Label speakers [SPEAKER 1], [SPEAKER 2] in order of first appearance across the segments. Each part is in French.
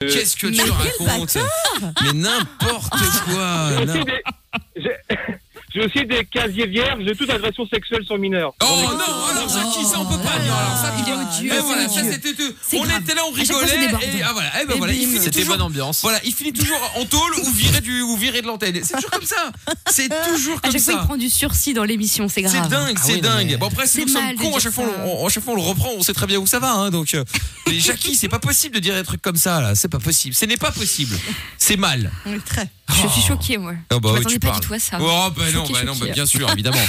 [SPEAKER 1] Qu'est-ce que tu
[SPEAKER 2] Mais quel
[SPEAKER 1] racontes Mais n'importe quoi n'im-
[SPEAKER 3] J'ai aussi des casiers vierges de toute agression sexuelle sur mineur.
[SPEAKER 1] Oh non, alors ça, qui ça, on peut pas dire. Alors ça,
[SPEAKER 2] Il est odieux,
[SPEAKER 1] Eh,
[SPEAKER 2] c'est
[SPEAKER 1] voilà, ça
[SPEAKER 2] odieux.
[SPEAKER 1] c'était tout.
[SPEAKER 2] C'est
[SPEAKER 1] On
[SPEAKER 2] grave.
[SPEAKER 1] était là, on
[SPEAKER 2] À chaque fois, ça
[SPEAKER 1] rigolait.
[SPEAKER 2] déborde.
[SPEAKER 1] Et, ah voilà, eh ben
[SPEAKER 2] Et
[SPEAKER 1] voilà, il
[SPEAKER 2] bim.
[SPEAKER 1] finit
[SPEAKER 4] C'était
[SPEAKER 1] toujours-
[SPEAKER 4] bonne ambiance.
[SPEAKER 1] Voilà, il finit toujours en tôle ou viré du ou viré de l'antenne. C'est toujours comme ça. C'est toujours
[SPEAKER 5] À
[SPEAKER 1] comme
[SPEAKER 5] chaque fois, il
[SPEAKER 1] ça.
[SPEAKER 5] prend du sursis dans l'émission, c'est grave.
[SPEAKER 1] C'est dingue,
[SPEAKER 4] Ah
[SPEAKER 1] c'est
[SPEAKER 4] oui, non,
[SPEAKER 1] dingue.
[SPEAKER 4] mais-
[SPEAKER 1] Bon après, c'est
[SPEAKER 5] C'est
[SPEAKER 1] nous sommes
[SPEAKER 5] mal de
[SPEAKER 1] cons. À
[SPEAKER 5] dire
[SPEAKER 1] chaque fois,
[SPEAKER 5] ça.
[SPEAKER 1] on, on- à chaque fois, on le reprend. On sait très bien où ça va. hein, donc, euh, mais Jackie, c'est pas possible de dire des trucs comme ça. Là, c'est pas possible. Ce n'est pas possible. C'est mal.
[SPEAKER 2] Très.
[SPEAKER 5] Je suis choquée, moi.
[SPEAKER 1] Oh, bah
[SPEAKER 5] je
[SPEAKER 1] oui,
[SPEAKER 5] m'attendais
[SPEAKER 1] tu
[SPEAKER 5] pas
[SPEAKER 1] parles.
[SPEAKER 5] du tout à ça.
[SPEAKER 1] Oh bah non,
[SPEAKER 5] Choquée,
[SPEAKER 1] bah non,
[SPEAKER 5] choquée.
[SPEAKER 1] bah, bien sûr, évidemment.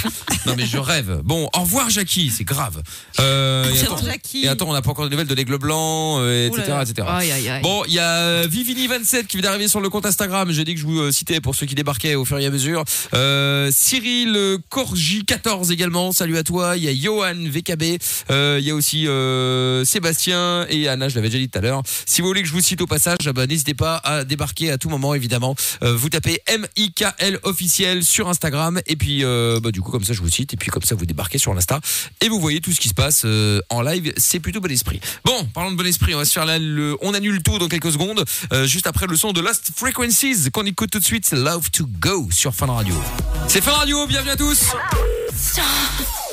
[SPEAKER 1] non mais je rêve. Bon, au revoir Jackie, c'est grave. Euh, et,
[SPEAKER 2] Au revoir,
[SPEAKER 1] attends,
[SPEAKER 2] Jackie.
[SPEAKER 1] et attends, on n'a pas encore de nouvelles de l'aigle blanc, euh,
[SPEAKER 2] Ouh là
[SPEAKER 1] etc.,
[SPEAKER 2] là.
[SPEAKER 1] etc.
[SPEAKER 5] Aïe, aïe, aïe.
[SPEAKER 1] Bon, il y a euh, Vivini27 qui vient d'arriver sur le compte Instagram. J'ai dit que je vous euh, citais pour ceux qui débarquaient au fur et à mesure. Euh, Cyril euh, Corgi14 également. Salut à toi. Il y a Johan VKB. Euh, Il y a aussi euh, Sébastien et Anna. Je l'avais déjà dit tout à l'heure. Si vous voulez que je vous cite au passage, ah bah, n'hésitez pas à débarquer à tout moment, évidemment. Euh, vous tapez MIKL officiel sur Instagram. Et puis, euh, bah, du coup, comme ça, je vous cite. Et puis, comme ça, vous débarquez sur l'Insta. Et vous voyez tout ce qui se passe euh, en live. C'est plutôt bon esprit. Bon, parlons de bon esprit. On va se faire là le. On annule tout dans quelques secondes. euh, juste après le son de Last Frequencies qu'on écoute tout de suite. c'est Love to Go sur Fun Radio. C'est Fun Radio. Bienvenue à tous.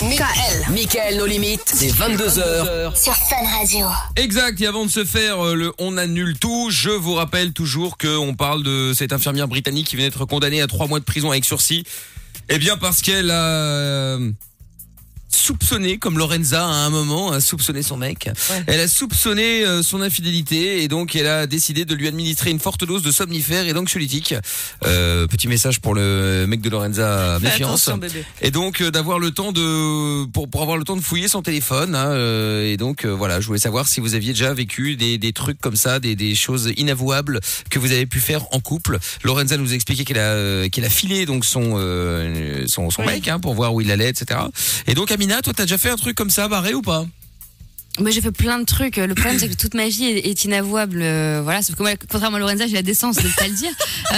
[SPEAKER 6] Michael. Michael, nos limites. C'est 22h.
[SPEAKER 7] Sur Fun Radio.
[SPEAKER 5] Oh,
[SPEAKER 1] Exact, et avant de se faire euh, le on annule tout, je vous rappelle toujours qu'on parle de cette infirmière britannique qui vient d'être condamnée à trois mois de prison avec sursis. Eh bien parce qu'elle a euh, soupçonné, comme Lorenza à un moment a soupçonné son mec, elle a soupçonné euh, son infidélité et donc elle a décidé de lui administrer une forte dose de somnifère et d'anxiolytique. Euh, petit message pour le mec de Lorenza,
[SPEAKER 2] Fais
[SPEAKER 1] méfiance.
[SPEAKER 2] attention, bébé.
[SPEAKER 1] Et donc euh, d'avoir le temps de pour pour avoir le temps de fouiller son téléphone hein, euh, et donc euh, voilà je voulais savoir si vous aviez déjà vécu des, des trucs comme ça des, des choses inavouables que vous avez pu faire en couple Lorenza nous expliquait qu'elle a euh, qu'elle a filé donc son euh, son, son mec hein, pour voir où il allait etc et donc Amina toi t'as déjà fait un truc comme ça barré ou pas
[SPEAKER 5] Moi, j'ai fait plein de trucs. Euh, Le problème, c'est que toute ma vie est, est inavouable. euh, voilà, sauf que moi, contrairement à Lorenza, j'ai la décence de pas le dire. Euh,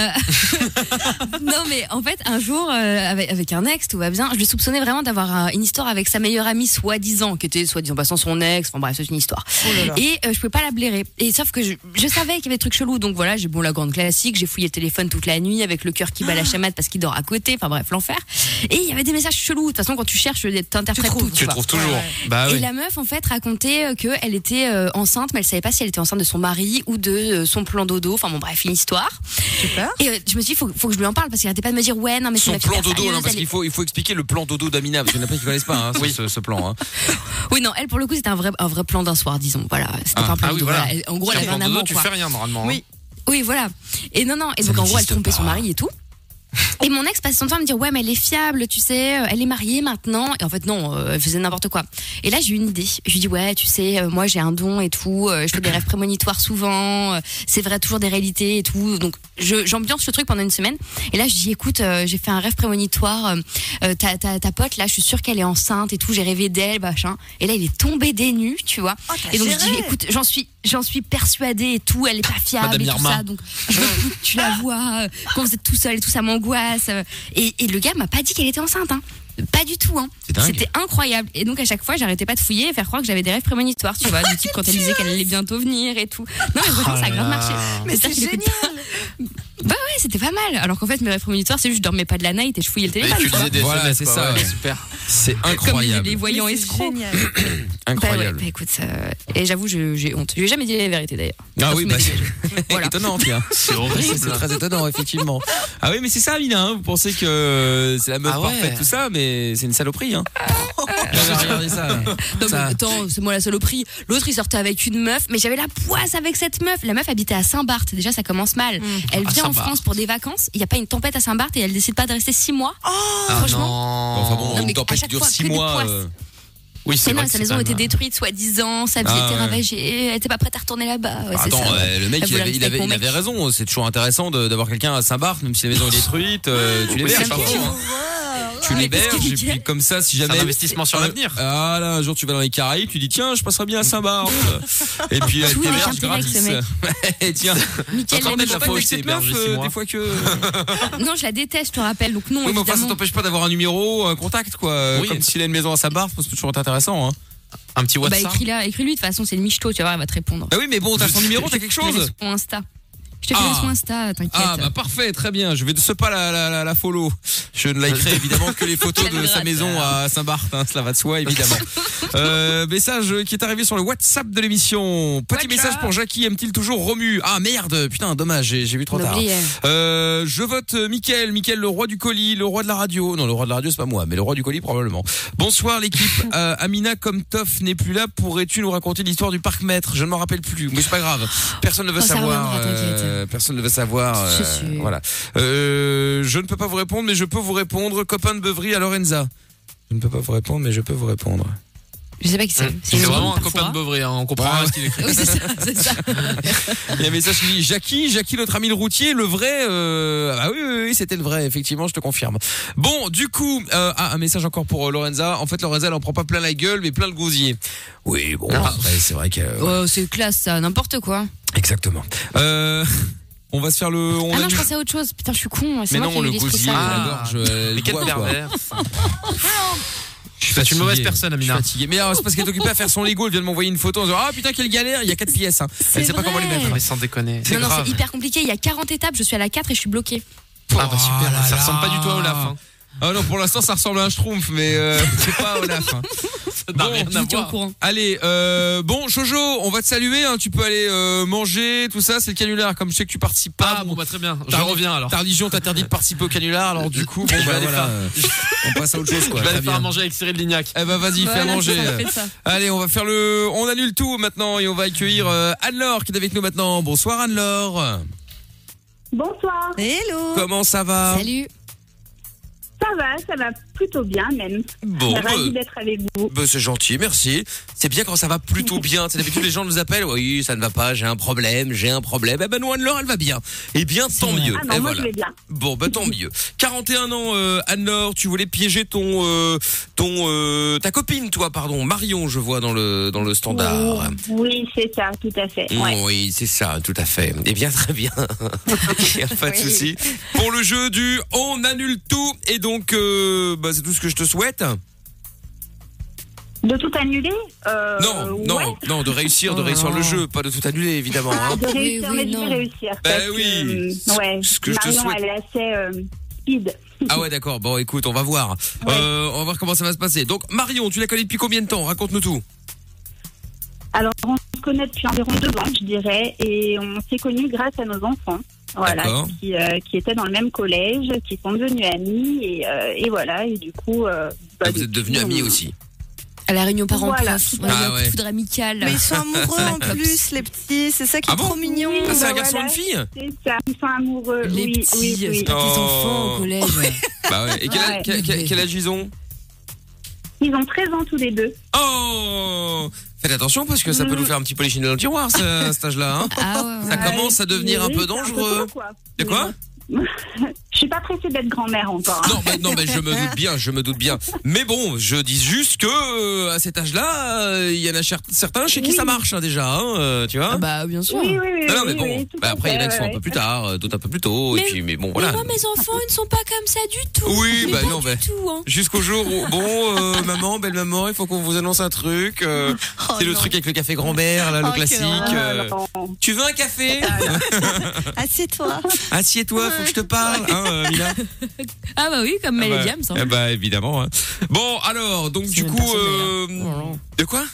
[SPEAKER 5] non, mais en fait, un jour, euh, avec, avec un ex, tout va bien. Je le soupçonnais vraiment d'avoir euh, une histoire avec sa meilleure amie, soi-disant, qui était soi-disant passant son ex. Enfin bref, c'est une histoire. Et euh, je pouvais pas la blairer. Et sauf que je, je savais qu'il y avait des trucs chelous. Donc voilà, j'ai bon la grande classique. J'ai fouillé le téléphone toute la nuit avec le cœur qui bat la chamade parce qu'il dort à côté. Enfin bref, l'enfer. Et il y avait des messages chelous. De toute façon, quand tu cherches, t'interprètes tout. tu vois.
[SPEAKER 1] toujours bah
[SPEAKER 5] Et la meuf, en fait, racontait euh, que elle était euh, enceinte, mais elle savait pas si elle était enceinte de son mari ou de euh, son plan dodo. Enfin bon, bref, une histoire.
[SPEAKER 2] Super.
[SPEAKER 5] Et euh, je me suis dit, faut, faut que je lui en parle parce qu'il arrêtait pas de me dire, ouais, non, mais c'est
[SPEAKER 1] son
[SPEAKER 5] ma
[SPEAKER 1] plan
[SPEAKER 5] super
[SPEAKER 1] dodo
[SPEAKER 5] sérieuse,
[SPEAKER 1] hein, parce
[SPEAKER 5] elle
[SPEAKER 1] qu'il
[SPEAKER 5] est-
[SPEAKER 1] faut il faut expliquer le plan dodo d'Amina parce qu'il y en a plein qui connaissent pas hein, ce, ce plan hein.
[SPEAKER 5] Oui, non, elle, pour le coup, c'était un vrai, un vrai plan d'un soir, disons. Voilà. C'était
[SPEAKER 1] Ah,
[SPEAKER 5] pas un plan
[SPEAKER 1] ah oui,
[SPEAKER 5] dodo.
[SPEAKER 1] voilà.
[SPEAKER 5] Elle- En gros,
[SPEAKER 1] Sur
[SPEAKER 5] elle
[SPEAKER 1] plan
[SPEAKER 5] avait un
[SPEAKER 1] dodo,
[SPEAKER 5] amant,
[SPEAKER 1] tu
[SPEAKER 5] quoi.
[SPEAKER 1] fais rien normalement hein.
[SPEAKER 2] Oui.
[SPEAKER 5] Oui, voilà. Et non, non. Et
[SPEAKER 1] Ça
[SPEAKER 5] donc, en gros, elle
[SPEAKER 1] n'existe
[SPEAKER 5] trompait son
[SPEAKER 1] pas.
[SPEAKER 5] mari et tout. Et mon ex passait son temps à me dire, ouais, mais elle est fiable, tu sais, euh, elle est mariée maintenant. Et en fait, non, euh, elle faisait n'importe quoi. Et là, j'ai eu une idée. Je lui dis, ouais, tu sais, euh, moi, j'ai un don et tout. euh, je fais des rêves prémonitoires souvent. euh, c'est vrai, toujours des réalités et tout. Donc, je- j'ambiance le truc pendant une semaine. Et là, je dis, écoute, euh, j'ai fait un rêve prémonitoire. euh, euh, ta, ta, ta pote, là, je suis sûre qu'elle est enceinte et tout. J'ai rêvé d'elle, machin. Et là, il est tombé des nues, tu vois. et donc, je dis, écoute, j'en suis, j'en suis persuadée et tout. Elle est pas fiable
[SPEAKER 1] Madame
[SPEAKER 5] et tout
[SPEAKER 1] Irma.
[SPEAKER 5] ça. Donc, je veux plus que tu la vois. euh, Quand vous êtes tout seul et tout, ça m'angoisse. euh. Et, et le gars m'a pas dit qu'elle était enceinte, hein. Pas du tout, hein.
[SPEAKER 1] C'est dingue.
[SPEAKER 5] C'était incroyable. Et donc, à chaque fois, j'arrêtais pas de fouiller et faire croire que j'avais des rêves prémonitoires, tu vois. Du type, quand elle disait qu'elle allait bientôt venir et tout. Non, mais vraiment,
[SPEAKER 1] Oh
[SPEAKER 5] ça a grave marché.
[SPEAKER 2] Mais c'est
[SPEAKER 5] C'est-à-dire que j'étais pas- Bah ouais, c'était pas mal. Alors qu'en fait, mes rêves prémonitoires, c'est juste je dormais pas de la night et je fouillais le téléphone.
[SPEAKER 4] tu
[SPEAKER 5] quoi.
[SPEAKER 4] lisais des
[SPEAKER 1] Voilà,
[SPEAKER 4] SMS,
[SPEAKER 1] c'est
[SPEAKER 4] quoi,
[SPEAKER 1] ça,
[SPEAKER 4] ouais,
[SPEAKER 1] ouais.
[SPEAKER 4] super.
[SPEAKER 1] c'est
[SPEAKER 5] Comme les,
[SPEAKER 1] incroyable
[SPEAKER 5] les voyants
[SPEAKER 2] Mais c'est
[SPEAKER 5] escrocs.
[SPEAKER 2] génial.
[SPEAKER 5] Bah ouais,
[SPEAKER 1] incroyable
[SPEAKER 5] bah écoute, ça... et j'avoue, je- j'ai honte. Je lui ai jamais dit la vérité d'ailleurs.
[SPEAKER 1] ah
[SPEAKER 5] Sauf
[SPEAKER 1] oui
[SPEAKER 5] mes
[SPEAKER 1] bah,
[SPEAKER 5] billets. Voilà.
[SPEAKER 1] étonnant tiens
[SPEAKER 4] C'est
[SPEAKER 1] C'est
[SPEAKER 4] horrible.
[SPEAKER 1] très étonnant, effectivement. Ah oui, mais c'est ça, Amina. hein. Vous pensez que euh, c'est la meuf
[SPEAKER 4] Ah ouais.
[SPEAKER 1] parfaite, tout ça, mais c'est une saloperie. Hein.
[SPEAKER 5] Ah
[SPEAKER 1] regardez ça.
[SPEAKER 5] Non, mais
[SPEAKER 1] Ça.
[SPEAKER 5] attends, c'est moi la saloperie. L'autre, il sortait avec une meuf, mais j'avais la poisse avec cette meuf. La meuf habitait à Saint-Barth. Déjà, ça commence mal. Elle
[SPEAKER 4] Ah,
[SPEAKER 5] vient en
[SPEAKER 4] Saint-Barth.
[SPEAKER 5] France pour des vacances. Il n'y a pas une tempête à Saint-Barth et elle décide pas de rester six mois. Ah, franchement.
[SPEAKER 4] non.
[SPEAKER 1] Enfin bon,
[SPEAKER 5] Non,
[SPEAKER 1] une
[SPEAKER 5] mais à
[SPEAKER 1] tempête qui
[SPEAKER 5] chaque
[SPEAKER 1] dure
[SPEAKER 5] fois,
[SPEAKER 1] 6
[SPEAKER 5] que des
[SPEAKER 1] mois.
[SPEAKER 5] poisses.
[SPEAKER 1] euh,
[SPEAKER 4] Oui, c'est
[SPEAKER 5] Mais
[SPEAKER 4] vrai
[SPEAKER 5] non,
[SPEAKER 4] que
[SPEAKER 5] sa
[SPEAKER 4] c'est
[SPEAKER 5] maison
[SPEAKER 4] quand
[SPEAKER 5] était
[SPEAKER 1] hein.
[SPEAKER 4] même-
[SPEAKER 5] détruite, soi-disant. Sa vie
[SPEAKER 1] Ah,
[SPEAKER 5] était
[SPEAKER 1] ouais.
[SPEAKER 5] ravagée. Elle était pas prête à retourner là-bas. Ouais, c'est
[SPEAKER 1] Attends,
[SPEAKER 5] ça.
[SPEAKER 1] euh, le mec,
[SPEAKER 5] Elle
[SPEAKER 1] il
[SPEAKER 5] voulait
[SPEAKER 1] avait, il
[SPEAKER 5] rester
[SPEAKER 1] avait-
[SPEAKER 5] avec mon
[SPEAKER 1] il avait
[SPEAKER 5] mec.
[SPEAKER 1] raison. C'est toujours intéressant de- d'avoir quelqu'un à Saint-Barth, même si la maison est détruite. euh, tu l'héberges,
[SPEAKER 5] ça me
[SPEAKER 1] pardon,
[SPEAKER 5] tue.
[SPEAKER 1] hein. Tu
[SPEAKER 5] Ouais, parce
[SPEAKER 1] l'héberges,
[SPEAKER 5] qu'il
[SPEAKER 1] et
[SPEAKER 5] dit-
[SPEAKER 1] puis comme ça, si
[SPEAKER 4] C'est
[SPEAKER 1] jamais.
[SPEAKER 4] un investissement sur
[SPEAKER 1] Euh,
[SPEAKER 4] l'avenir.
[SPEAKER 1] Ah là, un jour tu vas dans les Caraïbes, tu dis tiens, je passerai bien à Saint-Barth. et puis elle
[SPEAKER 5] Tout avec
[SPEAKER 1] t'héberge
[SPEAKER 5] intérêt, ce
[SPEAKER 1] gratis. Et tiens,
[SPEAKER 5] Mickaël,
[SPEAKER 1] t'entends
[SPEAKER 5] elle
[SPEAKER 1] peut-être la
[SPEAKER 4] dit-
[SPEAKER 1] fois où je
[SPEAKER 4] T'es
[SPEAKER 1] t'ai
[SPEAKER 4] hébergé
[SPEAKER 1] meuf,
[SPEAKER 4] six
[SPEAKER 5] hein.
[SPEAKER 1] euh,
[SPEAKER 4] mois.
[SPEAKER 1] des fois que.
[SPEAKER 5] Non, je la déteste, je te rappelle. Donc non,
[SPEAKER 1] Oui, mais enfin, ça
[SPEAKER 5] évidemment.
[SPEAKER 1] t'empêche pas d'avoir un numéro, un contact, quoi. Euh,
[SPEAKER 4] Oui.
[SPEAKER 1] Comme s'il a une maison à sa barre, c'est toujours être intéressant. Hein.
[SPEAKER 2] Un petit
[SPEAKER 5] Bah
[SPEAKER 2] WhatsApp.
[SPEAKER 5] écris-la, écris-lui de toute façon, c'est le michto, tu vas voir, elle va te répondre.
[SPEAKER 2] Ah oui, mais bon, t'as son numéro, t'as quelque
[SPEAKER 5] Je te
[SPEAKER 2] chose
[SPEAKER 5] laisse son Insta. Je te fais
[SPEAKER 2] Ah.
[SPEAKER 5] son Insta, t'inquiète.
[SPEAKER 2] Ah bah parfait, très bien. Je vais de ce pas la, la, la, la follow. Je ne likerai évidemment que les photos de sa maison à Saint-Barth, hein, cela va de soi évidemment. Euh, message qui est arrivé sur le WhatsApp de l'émission. Petit message pour Jackie, aime-t-il toujours Romu Ah merde, putain, dommage, j'ai j'ai vu trop
[SPEAKER 5] On
[SPEAKER 2] tard.
[SPEAKER 5] oublie, euh.
[SPEAKER 2] Euh, je vote euh, Mickaël, Mickaël le roi du colis, le roi de la radio. Non, le roi de la radio c'est pas moi, mais le roi du colis probablement. Bonsoir l'équipe. Euh, Amina comme Toff n'est plus là, pourrais-tu nous raconter l'histoire du parc maître Je ne m'en rappelle plus, mais c'est pas grave. Personne ne veut
[SPEAKER 5] Oh, ça
[SPEAKER 2] savoir.
[SPEAKER 5] reviendra, t'inquiète.
[SPEAKER 2] euh, personne ne veut savoir.
[SPEAKER 5] C'est
[SPEAKER 2] euh,
[SPEAKER 5] sûr.
[SPEAKER 2] voilà. Euh, je ne peux pas vous répondre, mais je peux vous répondre. Copain de Beuvry à Lorenza. Je ne peux pas vous répondre, mais je peux vous répondre.
[SPEAKER 5] Je sais pas qui c'est.
[SPEAKER 2] Mmh.
[SPEAKER 1] C'est
[SPEAKER 5] une
[SPEAKER 1] vraiment un
[SPEAKER 5] parfois.
[SPEAKER 1] copain de Beuvray, hein, on comprend rien à ce qu'il écrit.
[SPEAKER 5] Oui, c'est ça, c'est ça.
[SPEAKER 2] Il y a un message qui dit Jackie, Jackie notre ami le routier, le vrai. Euh... Ah oui, oui, oui, c'était le vrai, effectivement, je te confirme. Bon, du coup, euh, ah, un message encore pour euh, Lorenza. En fait, Lorenza, elle en prend pas plein la gueule, mais plein le gosier. Oui, bon,
[SPEAKER 5] Ah
[SPEAKER 2] après, c'est vrai que. euh, voilà.
[SPEAKER 5] Oh, c'est classe ça, n'importe quoi.
[SPEAKER 2] Exactement. Euh, on va se faire le. On
[SPEAKER 5] Ah
[SPEAKER 2] annule-
[SPEAKER 5] non, je pensais à autre chose. Putain, je suis con. c'est
[SPEAKER 2] mais
[SPEAKER 5] moi qui
[SPEAKER 2] non,
[SPEAKER 5] ai eu
[SPEAKER 2] le
[SPEAKER 5] l'esprit
[SPEAKER 2] gosier,
[SPEAKER 5] sale.
[SPEAKER 2] la
[SPEAKER 1] Ah.
[SPEAKER 2] gorge, euh,
[SPEAKER 1] Mais
[SPEAKER 2] le
[SPEAKER 1] quel
[SPEAKER 2] doigt, quoi.
[SPEAKER 1] pervers.
[SPEAKER 2] Je suis
[SPEAKER 1] T'es une
[SPEAKER 2] fatigué.
[SPEAKER 1] mauvaise personne,
[SPEAKER 2] Je suis
[SPEAKER 1] Amina.
[SPEAKER 2] fatigué. Mais euh, c'est parce qu'elle est occupée à faire son Lego. Elle vient de m'envoyer une photo en disant Ah putain, quelle galère, il y a quatre pièces. hein. Elle sait pas comment les
[SPEAKER 5] vrai.
[SPEAKER 2] mettre. hein,
[SPEAKER 1] Mais sans déconner.
[SPEAKER 5] Non, non,
[SPEAKER 1] grave.
[SPEAKER 5] c'est hyper compliqué. Il y a 40 étapes, je suis à la 4 et je suis bloqué.
[SPEAKER 1] Ah bah super,
[SPEAKER 2] Oh là
[SPEAKER 1] ça
[SPEAKER 2] là.
[SPEAKER 1] ressemble pas du tout à Olaf. Hein.
[SPEAKER 2] Ah non, pour l'instant, ça ressemble à un schtroumpf, mais euh, c'est pas Olaf. hein.
[SPEAKER 1] Ça n'a
[SPEAKER 2] Bon,
[SPEAKER 1] rien à
[SPEAKER 5] J'étais au
[SPEAKER 1] voir.
[SPEAKER 5] courant.
[SPEAKER 2] Allez, euh, bon, Jojo, on va te saluer. hein, tu peux aller euh, manger, tout ça. C'est le canular. Comme je sais que tu participes pas,
[SPEAKER 1] Ah
[SPEAKER 2] bon,
[SPEAKER 1] bon bah très bien, je
[SPEAKER 2] T'as-
[SPEAKER 1] reviens alors.
[SPEAKER 2] ta religion t'interdit de participer au canular. Alors du coup, bon,
[SPEAKER 1] Je vais
[SPEAKER 2] bah,
[SPEAKER 1] aller
[SPEAKER 2] voilà,
[SPEAKER 1] faire-
[SPEAKER 2] euh, on passe à autre chose. Quoi,
[SPEAKER 1] Je vais
[SPEAKER 2] Très
[SPEAKER 1] aller faire
[SPEAKER 2] bien.
[SPEAKER 1] à manger avec Cyril Lignac.
[SPEAKER 2] Eh ben vas-y, fais à
[SPEAKER 5] Voilà,
[SPEAKER 2] manger.
[SPEAKER 5] c'est ça, faites ça.
[SPEAKER 2] Allez, on va faire le, on annule tout maintenant et on va accueillir euh, Anne-Laure qui est avec nous maintenant. Bonsoir Anne-Laure.
[SPEAKER 4] Bonsoir,
[SPEAKER 8] Hello
[SPEAKER 2] Comment ça va
[SPEAKER 5] Salut.
[SPEAKER 4] ça va, ça va plutôt bien même.
[SPEAKER 2] Bon.
[SPEAKER 4] Ravie
[SPEAKER 2] euh,
[SPEAKER 4] d'être avec vous.
[SPEAKER 2] Bah, c'est gentil, merci. C'est bien quand ça va plutôt bien. C'est d'habitude les gens nous appellent, oui, ça ne va pas, j'ai un problème, j'ai un problème. Eh ben non, Anne-Laure, elle va bien. Eh bien, tant mieux.
[SPEAKER 4] Ah non,
[SPEAKER 2] Eh,
[SPEAKER 4] moi
[SPEAKER 2] voilà.
[SPEAKER 4] je vais bien.
[SPEAKER 2] Bon, bah tant mieux. 41 ans, euh, Anne-Laure, tu voulais piéger ton, euh, ton, euh, ta copine, toi, pardon, Marion, je vois dans le, dans le standard.
[SPEAKER 4] Oh,
[SPEAKER 2] Mm,
[SPEAKER 4] Oui, c'est ça, tout à fait. Ouais.
[SPEAKER 2] Oui, c'est ça, tout à fait. Eh bien, très bien. Il n'y a pas de
[SPEAKER 8] Oui.
[SPEAKER 2] souci. Pour le jeu du on annule tout, et donc, euh, bah, c'est tout ce que je te souhaite.
[SPEAKER 4] De tout annuler euh,
[SPEAKER 2] Non,
[SPEAKER 4] ouais.
[SPEAKER 2] non, non, de réussir, de
[SPEAKER 1] Oh
[SPEAKER 2] réussir
[SPEAKER 1] non.
[SPEAKER 2] le jeu, pas de tout annuler évidemment.
[SPEAKER 4] Ah,
[SPEAKER 2] hein.
[SPEAKER 4] de réussir,
[SPEAKER 5] oui,
[SPEAKER 4] mais je
[SPEAKER 5] non.
[SPEAKER 4] vais réussir.
[SPEAKER 2] Bah
[SPEAKER 4] parce que,
[SPEAKER 2] oui.
[SPEAKER 4] euh, ouais.
[SPEAKER 2] Ce que je te
[SPEAKER 4] Marion,
[SPEAKER 2] souhaite.
[SPEAKER 4] elle est assez euh, speed.
[SPEAKER 2] Ah ouais, d'accord. Bon, écoute, on va voir.
[SPEAKER 4] Ouais.
[SPEAKER 2] Euh, on va voir comment ça va se passer. Donc Marion, tu la connais depuis combien de temps Raconte-nous tout.
[SPEAKER 4] Alors, on se connaît depuis environ deux ans, je dirais, et on s'est connus grâce à nos enfants. Voilà,
[SPEAKER 2] D'accord.
[SPEAKER 4] qui, euh, qui étaient dans le même collège, qui sont devenus amis, et, euh, et voilà, et du coup. euh, bah,
[SPEAKER 2] Ah, vous êtes devenus
[SPEAKER 4] depuis,
[SPEAKER 2] amis
[SPEAKER 4] on-
[SPEAKER 2] aussi.
[SPEAKER 5] À la réunion parents
[SPEAKER 4] Voilà.
[SPEAKER 5] prof, il
[SPEAKER 2] Ah
[SPEAKER 5] y a un coup
[SPEAKER 2] ouais.
[SPEAKER 5] de foudre amical.
[SPEAKER 8] Mais ils sont amoureux en
[SPEAKER 5] Tops.
[SPEAKER 8] plus, les petits, c'est ça qui
[SPEAKER 2] Ah
[SPEAKER 8] est
[SPEAKER 2] bon
[SPEAKER 8] trop mignon.
[SPEAKER 4] Oui.
[SPEAKER 2] Ah, c'est un
[SPEAKER 4] Bah,
[SPEAKER 2] garçon et une
[SPEAKER 4] voilà.
[SPEAKER 2] fille
[SPEAKER 4] C'est ça, ils sont amoureux.
[SPEAKER 5] Les
[SPEAKER 4] oui,
[SPEAKER 5] petits,
[SPEAKER 4] oui, oui.
[SPEAKER 5] c'est pas tes
[SPEAKER 2] Oh.
[SPEAKER 5] enfants au collège.
[SPEAKER 2] Bah ouais. Et quel,
[SPEAKER 4] Ouais.
[SPEAKER 2] quel- quel- quel âge ils ont
[SPEAKER 4] Ils ont 13 ans tous les deux.
[SPEAKER 2] Oh Faites attention parce que ça peut nous faire un petit polichinelle dans le tiroir, ce, cet âge-là. hein.
[SPEAKER 5] Ah ouais,
[SPEAKER 2] Ça
[SPEAKER 5] ouais.
[SPEAKER 2] commence à devenir un
[SPEAKER 4] Oui,
[SPEAKER 2] peu
[SPEAKER 4] c'est
[SPEAKER 2] dangereux.
[SPEAKER 4] peu trop, quoi.
[SPEAKER 2] De quoi
[SPEAKER 4] Je suis pas pressée d'être grand-mère encore. hein.
[SPEAKER 2] Non, mais, non, mais je me doute bien, je me doute bien. Mais bon, je dis juste que euh, à cet âge-là, euh, il y en a cher- certains chez qui
[SPEAKER 4] Oui.
[SPEAKER 2] ça marche hein, déjà, hein, euh, tu vois.
[SPEAKER 5] Ah bah bien sûr.
[SPEAKER 4] Oui, oui, oui.
[SPEAKER 2] Non, non,
[SPEAKER 4] oui,
[SPEAKER 2] mais bon,
[SPEAKER 4] oui, tout
[SPEAKER 2] bah,
[SPEAKER 4] à
[SPEAKER 2] après, il y en a
[SPEAKER 4] fait,
[SPEAKER 2] qui sont un
[SPEAKER 4] ouais.
[SPEAKER 2] peu plus tard, euh, d'autres un peu plus tôt, et
[SPEAKER 5] Mais-
[SPEAKER 2] puis, mais bon,
[SPEAKER 5] Mais
[SPEAKER 2] voilà.
[SPEAKER 5] moi, mes enfants, ils ne sont pas comme ça du tout.
[SPEAKER 2] Oui,
[SPEAKER 5] Mais
[SPEAKER 2] bah
[SPEAKER 5] pas
[SPEAKER 2] non,
[SPEAKER 5] du
[SPEAKER 2] bah-
[SPEAKER 5] tout, hein.
[SPEAKER 2] Jusqu'au jour où, bon, euh, maman, belle maman, il faut qu'on vous annonce un truc. euh,
[SPEAKER 8] Oh
[SPEAKER 2] c'est le
[SPEAKER 8] non.
[SPEAKER 2] truc avec le café grand-mère, là, le
[SPEAKER 8] Oh, quelle
[SPEAKER 2] classique.
[SPEAKER 4] Ah,
[SPEAKER 2] euh,
[SPEAKER 4] non.
[SPEAKER 2] tu veux un café
[SPEAKER 5] Ah,
[SPEAKER 8] Ah, Assieds-toi.
[SPEAKER 2] Assieds-toi, faut que je te parle, hein, euh, Mila
[SPEAKER 5] Ah bah oui, comme
[SPEAKER 2] bah,
[SPEAKER 5] Mélédia, me semble.
[SPEAKER 2] eh bah, évidemment. hein. Bon, alors, donc
[SPEAKER 5] C'est
[SPEAKER 2] du
[SPEAKER 5] la
[SPEAKER 2] coup,
[SPEAKER 5] même personne, Oh,
[SPEAKER 2] euh,
[SPEAKER 5] d'ailleurs.
[SPEAKER 2] de quoi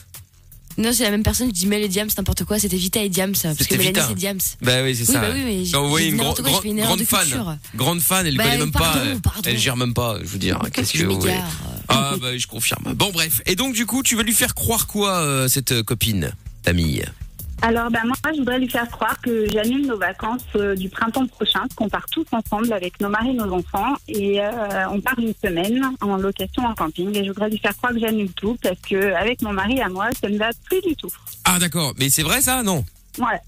[SPEAKER 5] Non, c'est la même personne qui dit Mel et Diams, n'importe quoi, c'était Vita et Diams. Parce que
[SPEAKER 2] C'était
[SPEAKER 5] Mélanie,
[SPEAKER 2] Vita.
[SPEAKER 5] c'est Diams.
[SPEAKER 2] Bah oui, c'est
[SPEAKER 5] Oui,
[SPEAKER 2] ça.
[SPEAKER 5] bah oui, mais j'ai-
[SPEAKER 2] Quand vous voyez
[SPEAKER 5] j'ai
[SPEAKER 2] une
[SPEAKER 5] dit
[SPEAKER 2] grand-
[SPEAKER 5] n'importe quoi, je
[SPEAKER 2] grand-
[SPEAKER 5] fais une erreur
[SPEAKER 2] grande
[SPEAKER 5] de culture.
[SPEAKER 2] fan, grande fan, elle
[SPEAKER 5] Bah,
[SPEAKER 2] connaît même pas,
[SPEAKER 5] pardon,
[SPEAKER 2] elle-
[SPEAKER 5] pardon.
[SPEAKER 2] elle gère même pas. Je veux dire, qu'est-ce que
[SPEAKER 5] Je
[SPEAKER 2] vous voulez
[SPEAKER 5] m'égare.
[SPEAKER 2] Ah bah oui, je confirme. Bon bref, et donc du coup, tu vas lui faire croire quoi euh, cette euh, copine, ta mille
[SPEAKER 4] Alors, bah, moi, je voudrais lui faire croire que j'annule nos vacances euh, du printemps prochain, qu'on part tous ensemble avec nos maris et nos enfants, et euh, on part une semaine en location en camping. Et je voudrais lui faire croire que j'annule tout, parce que avec mon mari à moi, ça ne va plus du tout.
[SPEAKER 2] Ah d'accord, mais c'est vrai ça Non.
[SPEAKER 4] Ouais.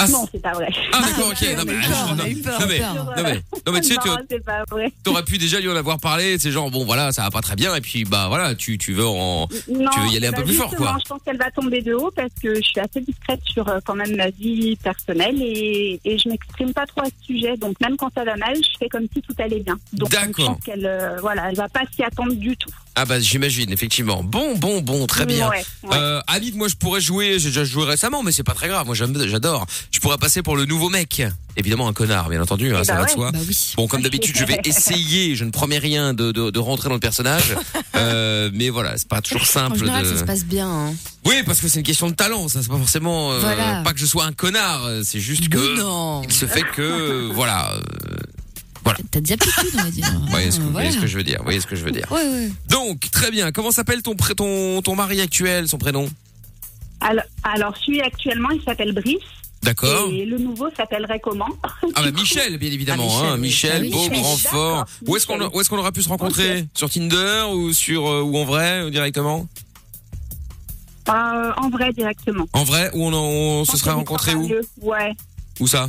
[SPEAKER 2] Ah,
[SPEAKER 4] Non, c'est pas vrai.
[SPEAKER 2] ah, d'accord, ok.
[SPEAKER 5] ouais, bah
[SPEAKER 2] Non
[SPEAKER 5] on a
[SPEAKER 2] mais
[SPEAKER 5] eu peur,
[SPEAKER 2] non,
[SPEAKER 5] on a eu peur,
[SPEAKER 2] non,
[SPEAKER 5] on a eu
[SPEAKER 2] mais
[SPEAKER 5] peur.
[SPEAKER 2] non, mais non, mais tu sais tu
[SPEAKER 4] Non, c'est pas vrai.
[SPEAKER 2] t'aurais pu déjà lui en avoir parlé, c'est genre bon voilà, ça va pas très bien et puis bah voilà, tu tu veux en
[SPEAKER 4] Non, bah,
[SPEAKER 2] Tu veux y aller un peu plus fort,
[SPEAKER 4] justement,
[SPEAKER 2] quoi.
[SPEAKER 4] Je pense qu'elle va tomber de haut parce que je suis assez discrète sur euh, quand même ma vie personnelle et, et je m'exprime pas trop à ce sujet. Donc même quand ça va mal, je fais comme si tout allait bien. Donc je
[SPEAKER 2] D'accord.
[SPEAKER 4] pense qu'elle euh, voilà, elle va pas s'y attendre du tout.
[SPEAKER 1] Ah bah j'imagine effectivement. Bon bon bon très bien.
[SPEAKER 4] Ouais, ouais.
[SPEAKER 1] Euh, Hamid, moi je pourrais jouer, j'ai déjà joué récemment mais c'est pas très grave, moi j'aime- j'adore. Je pourrais passer pour le nouveau mec. Évidemment un connard bien entendu, hein, ça
[SPEAKER 4] bah
[SPEAKER 1] va de
[SPEAKER 4] ouais.
[SPEAKER 1] soi.
[SPEAKER 5] Bah oui.
[SPEAKER 1] Bon comme d'habitude je vais essayer, je ne promets rien de, de, de rentrer dans le personnage, Euh, mais voilà c'est pas toujours
[SPEAKER 5] En
[SPEAKER 1] simple.
[SPEAKER 5] général,
[SPEAKER 1] de...
[SPEAKER 5] ça se passe bien. hein.
[SPEAKER 1] Oui parce que c'est une question de talent, ça c'est pas forcément euh,
[SPEAKER 5] Voilà.
[SPEAKER 1] pas que je sois un connard, euh, c'est juste
[SPEAKER 5] Mais
[SPEAKER 1] que
[SPEAKER 5] non.
[SPEAKER 1] il se fait que euh, voilà. euh,
[SPEAKER 5] T'as des aptitudes, on va dire.
[SPEAKER 1] Vous voyez ce que, vous voyez
[SPEAKER 5] Voilà.
[SPEAKER 1] ce que je veux dire, vous voyez ce que je veux dire.
[SPEAKER 5] Ouais, ouais.
[SPEAKER 1] Donc très bien, comment s'appelle ton pré- ton ton mari actuel, son prénom
[SPEAKER 4] Alors, alors, celui actuellement, il s'appelle Brice.
[SPEAKER 2] Oh.
[SPEAKER 1] D'accord.
[SPEAKER 4] Et le nouveau s'appellerait comment
[SPEAKER 1] Ah bah Michel, bien évidemment,
[SPEAKER 7] Ah, Michel,
[SPEAKER 1] hein,
[SPEAKER 7] oui.
[SPEAKER 1] Michel,
[SPEAKER 5] Ah oui,
[SPEAKER 1] beau
[SPEAKER 4] Michel,
[SPEAKER 1] grand fort.
[SPEAKER 4] d'accord,
[SPEAKER 1] Où est-ce qu'on
[SPEAKER 4] Michel.
[SPEAKER 1] où est-ce qu'on aura pu se rencontrer Sur Tinder ou sur euh, ou en vrai ou directement
[SPEAKER 4] Euh, En vrai, directement.
[SPEAKER 1] En vrai ou on, on se
[SPEAKER 4] Quand
[SPEAKER 1] serait
[SPEAKER 4] on
[SPEAKER 1] rencontré
[SPEAKER 4] sera
[SPEAKER 1] où
[SPEAKER 4] mieux. Ouais.
[SPEAKER 1] Où ça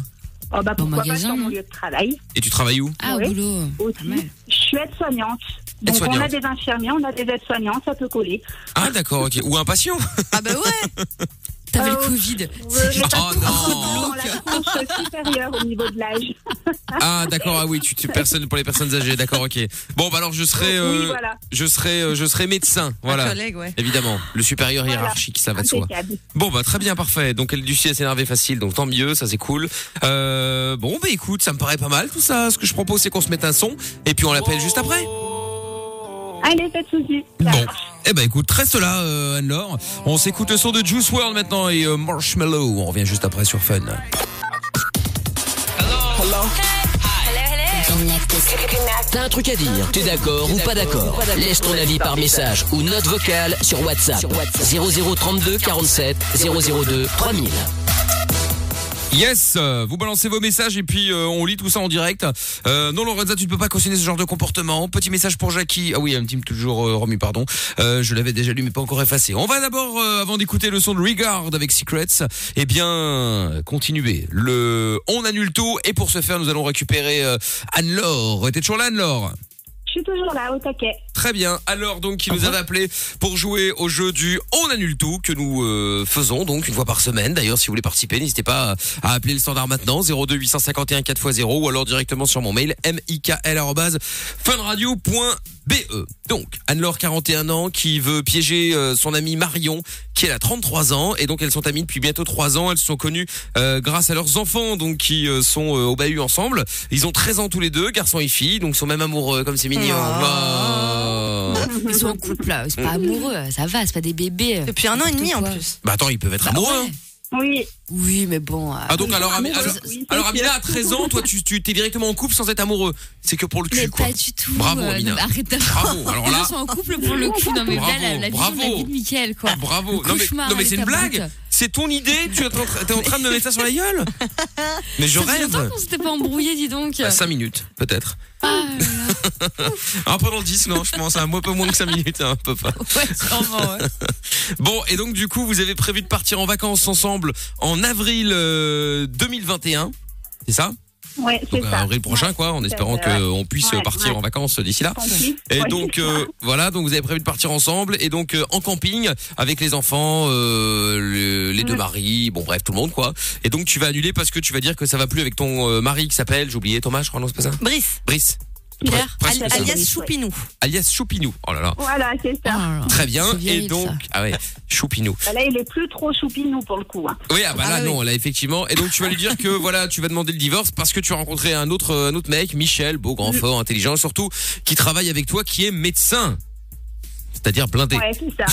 [SPEAKER 4] Oh, bah, pourquoi
[SPEAKER 5] magasin,
[SPEAKER 4] pas sur
[SPEAKER 5] non
[SPEAKER 4] mon lieu de travail
[SPEAKER 1] Et tu travailles où
[SPEAKER 5] Ah,
[SPEAKER 4] Oui.
[SPEAKER 5] au boulot. Pas
[SPEAKER 4] aussi.
[SPEAKER 5] mal.
[SPEAKER 4] Je suis aide-soignante. Donc, on a
[SPEAKER 1] Aide-soignante.
[SPEAKER 4] des infirmiers, on a des aides-soignants, ça peut coller.
[SPEAKER 1] Ah d'accord, OK. Ou un patient
[SPEAKER 7] Ah bah ouais. Ah,
[SPEAKER 5] T'avais
[SPEAKER 4] Euh,
[SPEAKER 5] le Covid.
[SPEAKER 4] Euh,
[SPEAKER 1] Oh non.
[SPEAKER 4] Dans la tranche supérieure au niveau de l'âge.
[SPEAKER 1] Ah d'accord, ah oui, tu, tu personne pour les personnes âgées, d'accord, OK. Bon bah alors je serai euh,
[SPEAKER 4] oui, voilà.
[SPEAKER 1] je serai euh, je serai médecin,
[SPEAKER 7] Un
[SPEAKER 1] voilà.
[SPEAKER 7] collègue, ouais.
[SPEAKER 1] Évidemment, le supérieur
[SPEAKER 4] Voilà.
[SPEAKER 1] hiérarchique, ça va de soi.
[SPEAKER 4] Impeccable.
[SPEAKER 1] Bon bah très bien parfait. Donc elle Ducie elle s'est énervée facile. Donc tant mieux, ça c'est cool. Euh, bon bah écoute, ça me paraît pas mal tout ça. Ce que je propose c'est qu'on se mette un son et puis on l'appelle juste après.
[SPEAKER 4] Allez, pas de soucis. Ça
[SPEAKER 1] Bon.
[SPEAKER 4] marche.
[SPEAKER 1] Eh ben écoute, reste là euh, Anne-Laure. On s'écoute le son de Juice World maintenant et euh, Marshmallow. On revient juste après sur Fun.
[SPEAKER 6] T'as un truc à dire, t'es d'accord ou pas d'accord Laisse ton avis par message ou note vocale sur WhatsApp. 0032 47 002 3000.
[SPEAKER 1] Yes, euh, vous balancez vos messages et puis euh, on lit tout ça en direct. Euh, non Lorenza, tu ne peux pas cautionner ce genre de comportement. Petit message pour Jackie. Ah oui, un petit toujours euh, remis, pardon. Euh, je l'avais déjà lu mais pas encore effacé. On va d'abord, euh, avant d'écouter le son de Regard avec Secrets, eh bien, continuer. Le On annule tout et pour ce faire, nous allons récupérer euh, Anne-Laure. T'es toujours là Anne-Laure
[SPEAKER 4] Je suis toujours là, au taquet.
[SPEAKER 1] Très bien. Alors donc, qui nous avait appelé pour jouer au jeu du On annule tout que nous euh, faisons donc une fois par semaine. D'ailleurs, si vous voulez participer, n'hésitez pas à appeler le standard maintenant 02 851 4x0 ou alors directement sur mon mail mikl@funradio.be. e. Donc Anne-Laure 41 ans qui veut piéger euh, son amie Marion qui elle a 33 ans et donc elles sont amies depuis bientôt 3 ans, elles se sont connues euh, grâce à leurs enfants donc qui euh, sont euh, au bahut ensemble. Ils ont 13 ans tous les deux, garçons et filles, donc sont même amoureux comme c'est mignon.
[SPEAKER 7] Oh.
[SPEAKER 1] Oh.
[SPEAKER 5] Ils sont en couple, là. Ils sont pas amoureux. Ça va, c'est pas des bébés.
[SPEAKER 7] Depuis un an et demi en
[SPEAKER 5] Quoi.
[SPEAKER 7] plus.
[SPEAKER 1] Bah attends, ils peuvent être
[SPEAKER 5] Bah,
[SPEAKER 1] amoureux.
[SPEAKER 5] ouais.
[SPEAKER 1] hein.
[SPEAKER 4] Oui.
[SPEAKER 5] Oui, mais bon. euh,
[SPEAKER 1] Ah donc alors, Ami-
[SPEAKER 5] amoureux,
[SPEAKER 1] alors,
[SPEAKER 5] c'est-
[SPEAKER 1] alors Amina à 13 ans, toi tu tu- t'es directement en couple sans être amoureux. C'est que pour le
[SPEAKER 5] Mais
[SPEAKER 1] cul quoi.
[SPEAKER 5] pas du tout.
[SPEAKER 1] Bravo,
[SPEAKER 5] euh, non,
[SPEAKER 1] Amina.
[SPEAKER 5] mais arrête d'abord.
[SPEAKER 1] Bravo. Alors
[SPEAKER 5] Les
[SPEAKER 1] là,
[SPEAKER 5] gens sont en couple pour le cul. Non, mais
[SPEAKER 1] Bravo,
[SPEAKER 5] là, la, la vision de
[SPEAKER 1] bravo.
[SPEAKER 5] la vie de Mickaël, quoi.
[SPEAKER 1] bravo.
[SPEAKER 5] Le
[SPEAKER 1] non mais
[SPEAKER 5] cauchemar
[SPEAKER 1] non mais c'est
[SPEAKER 5] avec
[SPEAKER 1] une
[SPEAKER 5] ta
[SPEAKER 1] blague.
[SPEAKER 5] brute.
[SPEAKER 1] C'est ton idée, tu es en train, t'es en train de me mettre ça sur la gueule. Mais je
[SPEAKER 5] Ça fait longtemps
[SPEAKER 1] rêve.
[SPEAKER 5] qu'on s'était pas embrouillé, dis donc.
[SPEAKER 1] 5 minutes, peut-être. Ah, pendant 10, non, je pense, un peu moins que 5 minutes, hein, un peu pas.
[SPEAKER 5] Ouais, sûrement, ouais.
[SPEAKER 1] Bon, et donc, du coup, vous avez prévu de partir en vacances ensemble en avril euh, 2021, c'est ça
[SPEAKER 4] Ouais, c'est
[SPEAKER 1] Donc,
[SPEAKER 4] ça.
[SPEAKER 1] avril prochain,
[SPEAKER 4] Ouais,
[SPEAKER 1] quoi, en
[SPEAKER 4] tout à
[SPEAKER 1] espérant
[SPEAKER 4] fait, ouais.
[SPEAKER 1] qu'on puisse
[SPEAKER 4] Ouais,
[SPEAKER 1] partir
[SPEAKER 4] ouais.
[SPEAKER 1] en vacances d'ici là.
[SPEAKER 4] Tant pis.
[SPEAKER 1] Et
[SPEAKER 4] Ouais,
[SPEAKER 1] donc
[SPEAKER 4] c'est ça.
[SPEAKER 1] euh, voilà, donc vous avez prévu de partir ensemble et donc euh, en camping avec les enfants, euh, le- les deux
[SPEAKER 4] Mm.
[SPEAKER 1] maris, bon bref tout le monde quoi. Et donc tu vas annuler parce que tu vas dire que ça va plus avec ton euh, mari qui s'appelle, j'ai oublié Thomas, je crois non c'est pas ça,
[SPEAKER 7] Brice,
[SPEAKER 1] Brice,
[SPEAKER 7] Pierre,
[SPEAKER 1] Presque
[SPEAKER 7] al-
[SPEAKER 1] ça.
[SPEAKER 7] alias Choupinou.
[SPEAKER 1] alias Choupinou. Oh là là.
[SPEAKER 4] Voilà, c'est ça.
[SPEAKER 5] Ah,
[SPEAKER 1] Très bien.
[SPEAKER 5] c'est viril,
[SPEAKER 1] et donc
[SPEAKER 5] ça.
[SPEAKER 1] ah ouais, Choupinou.
[SPEAKER 4] Bah Là, il est plus trop choupinou pour le coup. hein.
[SPEAKER 1] Oui, ah bah
[SPEAKER 7] Ah
[SPEAKER 1] là
[SPEAKER 7] oui.
[SPEAKER 1] non, là effectivement. Et donc tu vas lui dire que voilà, tu vas demander le divorce parce que tu as rencontré un autre euh, un autre mec, Michel, beau grand fort, intelligent, surtout qui travaille avec toi qui est médecin. C'est-à-dire blindé.
[SPEAKER 4] Ouais, c'est ça.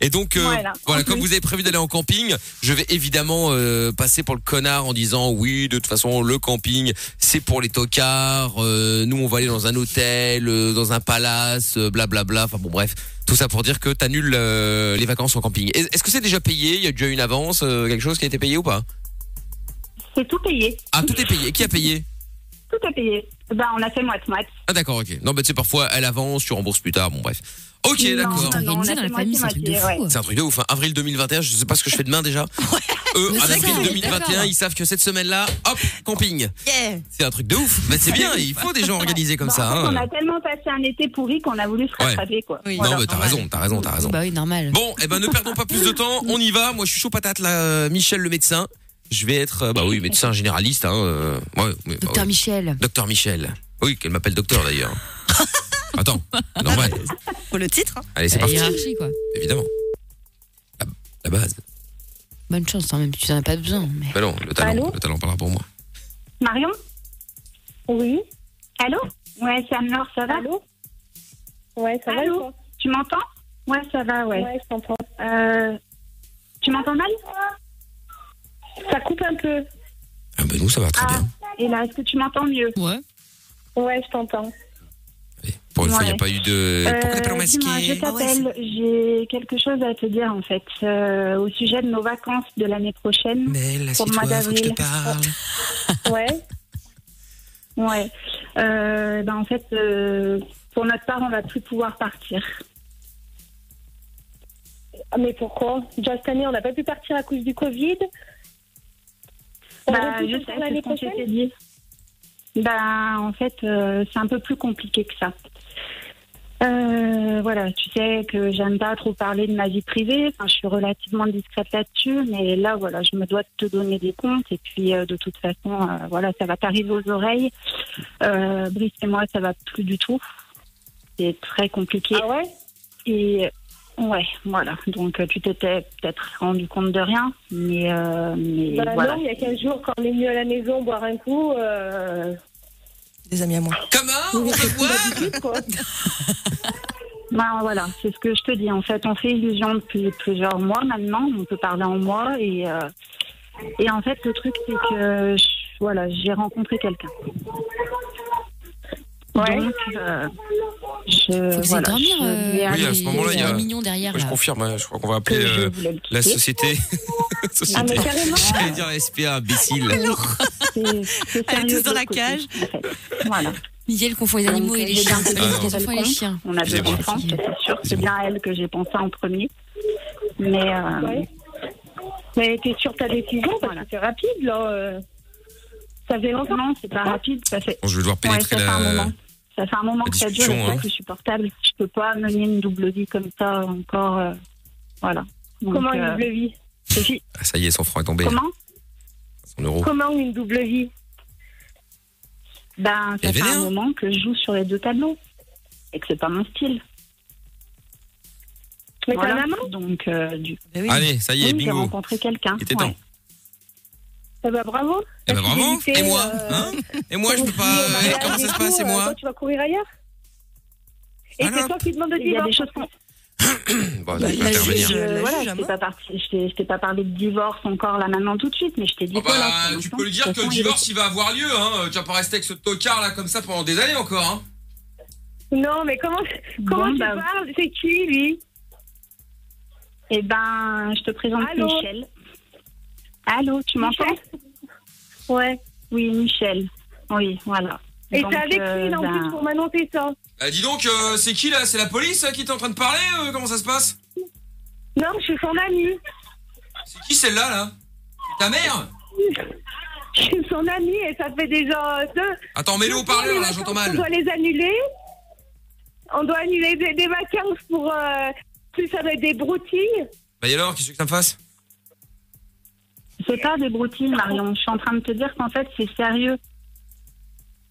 [SPEAKER 1] Et donc, euh, voilà,
[SPEAKER 4] Voilà.
[SPEAKER 1] comme vous avez prévu d'aller en camping, je vais évidemment euh, passer pour le connard en disant oui, de toute façon, le camping, c'est pour les tocards. euh, nous, on va aller dans un hôtel, euh, dans un palace, euh, blablabla. Enfin bon, bref, tout ça pour dire que t'annules euh, les vacances en camping. Est- Est-ce que c'est déjà payé Il y a déjà une avance, euh, quelque chose qui a été payé ou pas
[SPEAKER 4] C'est tout payé.
[SPEAKER 1] Ah, tout est payé. Qui a payé
[SPEAKER 4] Tout est payé. Bah, on a fait moite-moite.
[SPEAKER 1] Ah d'accord, ok. Non, mais tu sais, parfois, elle avance, tu rembourses plus tard. Bon, bref. Ok,
[SPEAKER 4] Non,
[SPEAKER 1] d'accord.
[SPEAKER 5] C'est organisé dans la
[SPEAKER 4] Non,
[SPEAKER 5] famille, c'est un truc de
[SPEAKER 4] moitié,
[SPEAKER 5] fou.
[SPEAKER 1] C'est un truc de ouf. hein. Avril 2021, je sais pas ce que je fais demain déjà. Eux,
[SPEAKER 5] Mais
[SPEAKER 1] en
[SPEAKER 5] c'est
[SPEAKER 1] avril
[SPEAKER 5] ça,
[SPEAKER 1] 2021,
[SPEAKER 5] d'accord.
[SPEAKER 1] ils savent que cette semaine-là, hop, camping.
[SPEAKER 7] Yeah.
[SPEAKER 1] C'est un truc de ouf. Mais c'est bien, il faut des gens organisés comme
[SPEAKER 4] Bah,
[SPEAKER 1] ça.
[SPEAKER 4] en fait,
[SPEAKER 1] hein.
[SPEAKER 4] On a tellement passé un été pourri qu'on a voulu se
[SPEAKER 1] Ouais.
[SPEAKER 4] rattraper, quoi.
[SPEAKER 7] Oui.
[SPEAKER 1] Non,
[SPEAKER 7] Voilà,
[SPEAKER 1] mais t'as
[SPEAKER 7] normal.
[SPEAKER 1] raison, t'as raison, t'as raison.
[SPEAKER 5] Bah oui, normal.
[SPEAKER 1] Ah Bon, eh ben ne perdons pas plus de temps, on y va. Moi, je suis chaud patate là, euh, Michel le médecin. Je vais être, euh, bah oui, médecin généraliste. Hein, euh, ouais, oui, bah
[SPEAKER 5] Docteur
[SPEAKER 1] oui.
[SPEAKER 5] Michel.
[SPEAKER 1] Docteur Michel. Oui, qu'elle m'appelle docteur d'ailleurs. Attends, normal.
[SPEAKER 7] Pour le titre. hein.
[SPEAKER 1] Allez, c'est
[SPEAKER 5] La
[SPEAKER 1] parti.
[SPEAKER 5] hiérarchie, quoi.
[SPEAKER 1] Évidemment. La, la base.
[SPEAKER 5] Bonne chance, hein, même si tu n'en as pas besoin. Mais...
[SPEAKER 1] Bah non, le talent,
[SPEAKER 4] Allô
[SPEAKER 1] le talent parlera pour moi.
[SPEAKER 4] Marion Oui. Allô Ouais, c'est Anne-Laure, ça va Allô
[SPEAKER 9] Ouais, ça va, je pense.
[SPEAKER 4] Tu m'entends Ouais, ça va, ouais.
[SPEAKER 9] Ouais, je t'entends.
[SPEAKER 4] Euh, tu m'entends mal
[SPEAKER 9] Ça coupe un peu.
[SPEAKER 1] Ah bah nous, ça va très
[SPEAKER 4] Ah.
[SPEAKER 1] bien.
[SPEAKER 4] Et là, est-ce que tu m'entends mieux
[SPEAKER 5] Ouais.
[SPEAKER 9] Ouais, je t'entends.
[SPEAKER 1] Oui. Pour une fois, il n'y a
[SPEAKER 4] Ouais.
[SPEAKER 1] pas eu de...
[SPEAKER 4] Euh, dis-moi, je
[SPEAKER 9] Ah
[SPEAKER 4] t'appelle, j'ai quelque chose à te dire en fait, euh, au sujet de nos vacances de l'année prochaine.
[SPEAKER 2] Mais là,
[SPEAKER 4] Pour le mois d'avril.
[SPEAKER 2] parle.
[SPEAKER 9] Ouais.
[SPEAKER 4] Ouais. Euh, ben, en fait, euh, pour notre part, on va plus pouvoir partir.
[SPEAKER 9] Ah, Mais pourquoi Déjà cette année, on n'a pas pu partir à cause du Covid. On
[SPEAKER 4] Bah,
[SPEAKER 9] repousse
[SPEAKER 4] je
[SPEAKER 9] encore
[SPEAKER 4] sais, c'est
[SPEAKER 9] l'année
[SPEAKER 4] ce qu'on s'était
[SPEAKER 9] prochaine
[SPEAKER 4] dit. Bah, en fait, euh, c'est un peu plus compliqué que ça. Euh, voilà, tu sais que j'aime pas trop parler de ma vie privée. Enfin, je suis relativement discrète là-dessus, mais là, voilà, je me dois de te donner des comptes. Et puis, euh, de toute façon, euh, voilà, ça va t'arriver aux oreilles. Euh, Brice et moi, ça va plus du tout. C'est très compliqué.
[SPEAKER 9] Ah ouais
[SPEAKER 4] Et ouais, voilà. Donc, euh, tu t'étais peut-être rendu compte de rien, mais, euh, mais
[SPEAKER 9] Bah
[SPEAKER 4] voilà.
[SPEAKER 9] non, il y a 15 jours, quand on est venu à la maison boire un coup, euh,
[SPEAKER 8] Des amis à moi.
[SPEAKER 1] Comment On peut voir
[SPEAKER 9] quoi.
[SPEAKER 4] Ben, voilà, c'est ce que je te dis. En fait, on fait illusion depuis plusieurs mois maintenant. On peut parler en moi et euh, et en fait, le truc c'est que je- voilà, j'ai rencontré quelqu'un.
[SPEAKER 9] Ouais.
[SPEAKER 4] Donc, euh, je
[SPEAKER 5] Faut que
[SPEAKER 4] voilà,
[SPEAKER 5] dormir.
[SPEAKER 4] je lui ai
[SPEAKER 5] euh,
[SPEAKER 1] Oui, à ce
[SPEAKER 5] les-
[SPEAKER 1] moment-là, il y a-
[SPEAKER 5] les mignons derrière.
[SPEAKER 2] Je
[SPEAKER 5] là.
[SPEAKER 2] confirme, hein, je crois qu'on va
[SPEAKER 4] que
[SPEAKER 2] appeler
[SPEAKER 4] je
[SPEAKER 2] euh,
[SPEAKER 4] voulais le
[SPEAKER 2] la
[SPEAKER 4] quitter.
[SPEAKER 2] société. société.
[SPEAKER 9] Ah, mais carrément
[SPEAKER 1] J'allais dire SPA, imbécile.
[SPEAKER 4] C'est- c'est
[SPEAKER 7] Elle est
[SPEAKER 4] sérieux
[SPEAKER 7] tous dans
[SPEAKER 4] de
[SPEAKER 7] la
[SPEAKER 4] l'autre côté,
[SPEAKER 7] cage.
[SPEAKER 4] en fait. Voilà.
[SPEAKER 5] Miguel confond les
[SPEAKER 4] Donc,
[SPEAKER 5] animaux et les
[SPEAKER 4] j'ai
[SPEAKER 5] chiens.
[SPEAKER 4] bien
[SPEAKER 1] Ah,
[SPEAKER 5] Les enfants et les chiens.
[SPEAKER 4] On a
[SPEAKER 1] C'est
[SPEAKER 4] deux
[SPEAKER 1] bon.
[SPEAKER 4] enfants, c'est sûr. C'est bien à elle que j'ai pensé en premier. Mais euh,
[SPEAKER 9] Ouais. Mais t'es sur ta décision parce
[SPEAKER 4] Voilà.
[SPEAKER 9] que c'est rapide, là. euh. Ça fait longtemps.
[SPEAKER 4] non, hein, c'est pas rapide. Ça fait
[SPEAKER 1] Bon, je vais devoir
[SPEAKER 4] Ouais,
[SPEAKER 1] pénétrer
[SPEAKER 4] ça fait un
[SPEAKER 1] la...
[SPEAKER 4] moment. Ça fait un moment
[SPEAKER 1] la
[SPEAKER 4] que ça dure,
[SPEAKER 1] discussion,
[SPEAKER 4] et ça,
[SPEAKER 1] hein.
[SPEAKER 4] c'est supportable. Je peux pas mener une double vie comme ça encore. euh, voilà. Donc,
[SPEAKER 9] Comment
[SPEAKER 4] euh,
[SPEAKER 9] une double vie
[SPEAKER 4] c'est fi-
[SPEAKER 1] Ah, ça y est, son franc est tombé.
[SPEAKER 4] Comment
[SPEAKER 1] 100 euros.
[SPEAKER 9] Comment une double vie
[SPEAKER 4] Ben,
[SPEAKER 1] Elle est
[SPEAKER 4] ça fait
[SPEAKER 1] vénère. hein.
[SPEAKER 4] un moment que je joue sur les deux tableaux et que c'est pas mon style.
[SPEAKER 9] Mais
[SPEAKER 4] Voilà.
[SPEAKER 9] ta maman,
[SPEAKER 4] Donc, euh, du coup,
[SPEAKER 1] Allez, ça y est,
[SPEAKER 4] j'ai
[SPEAKER 1] bingo.
[SPEAKER 4] rencontré quelqu'un.
[SPEAKER 1] Il était temps.
[SPEAKER 4] Ouais.
[SPEAKER 9] eh bah, bravo.
[SPEAKER 1] Eh ben
[SPEAKER 9] Parce que
[SPEAKER 1] bravo.
[SPEAKER 9] j'hésitais,
[SPEAKER 1] Et moi
[SPEAKER 9] euh,
[SPEAKER 1] hein Et moi, je
[SPEAKER 9] quand
[SPEAKER 1] peux
[SPEAKER 9] on se dit
[SPEAKER 1] pas...
[SPEAKER 9] au mariage
[SPEAKER 1] Comment ça
[SPEAKER 9] et
[SPEAKER 1] se
[SPEAKER 9] tout,
[SPEAKER 1] passe, et
[SPEAKER 9] euh,
[SPEAKER 1] moi
[SPEAKER 9] Toi, tu vas courir ailleurs Et
[SPEAKER 1] Alors
[SPEAKER 9] c'est toi qui demandes le
[SPEAKER 4] Il y a des
[SPEAKER 9] divorce
[SPEAKER 4] choses qu'on
[SPEAKER 1] Bon, je vais pas
[SPEAKER 8] Bah, la
[SPEAKER 1] intervenir.
[SPEAKER 8] juge,
[SPEAKER 4] Euh,
[SPEAKER 8] la
[SPEAKER 4] voilà,
[SPEAKER 8] juge
[SPEAKER 4] je
[SPEAKER 8] à
[SPEAKER 4] t'ai
[SPEAKER 8] mort.
[SPEAKER 4] pas, parti- je t'ai- je t'ai pas parlé de divorce encore là maintenant tout de suite, mais je t'ai dit
[SPEAKER 1] Ah bah,
[SPEAKER 4] voilà. pour
[SPEAKER 1] tu
[SPEAKER 4] l'instant,
[SPEAKER 1] peux lui dire
[SPEAKER 4] de
[SPEAKER 1] que
[SPEAKER 4] toute
[SPEAKER 1] le
[SPEAKER 4] façon,
[SPEAKER 1] divorce il va avoir lieu, hein. Tu vas pas rester avec ce tocard là comme ça pendant des années encore, hein.
[SPEAKER 9] Non, mais comment, comment
[SPEAKER 4] Bon,
[SPEAKER 9] tu
[SPEAKER 4] bah.
[SPEAKER 9] parles C'est qui, lui
[SPEAKER 4] il est- Eh ben, je te présente
[SPEAKER 9] Allô
[SPEAKER 4] Michel. Allô, tu m'entends
[SPEAKER 9] Michel Ouais.
[SPEAKER 4] Oui, Michel. Oui, voilà.
[SPEAKER 9] Et
[SPEAKER 4] Donc,
[SPEAKER 9] c'est avec
[SPEAKER 4] euh,
[SPEAKER 9] qui, là, en
[SPEAKER 4] ben,
[SPEAKER 9] plus, pour m'annoncer ça
[SPEAKER 1] Euh, dis donc, euh, c'est qui là C'est la police hein, qui est en train de parler euh, Comment ça se passe
[SPEAKER 9] Non, je suis son amie.
[SPEAKER 1] C'est qui celle-là là Ta mère
[SPEAKER 9] Je suis son amie et ça fait déjà euh, deux.
[SPEAKER 1] Attends, mets-le au parleur là, hein, j'entends
[SPEAKER 9] On
[SPEAKER 1] mal.
[SPEAKER 9] doit les annuler. On doit annuler des, des vacances pour. euh, plus ça va être des broutilles.
[SPEAKER 1] Bah et alors, qu'est-ce que ça me fasse
[SPEAKER 4] C'est pas des broutilles, Marion. Je suis en train de te dire qu'en fait, c'est sérieux.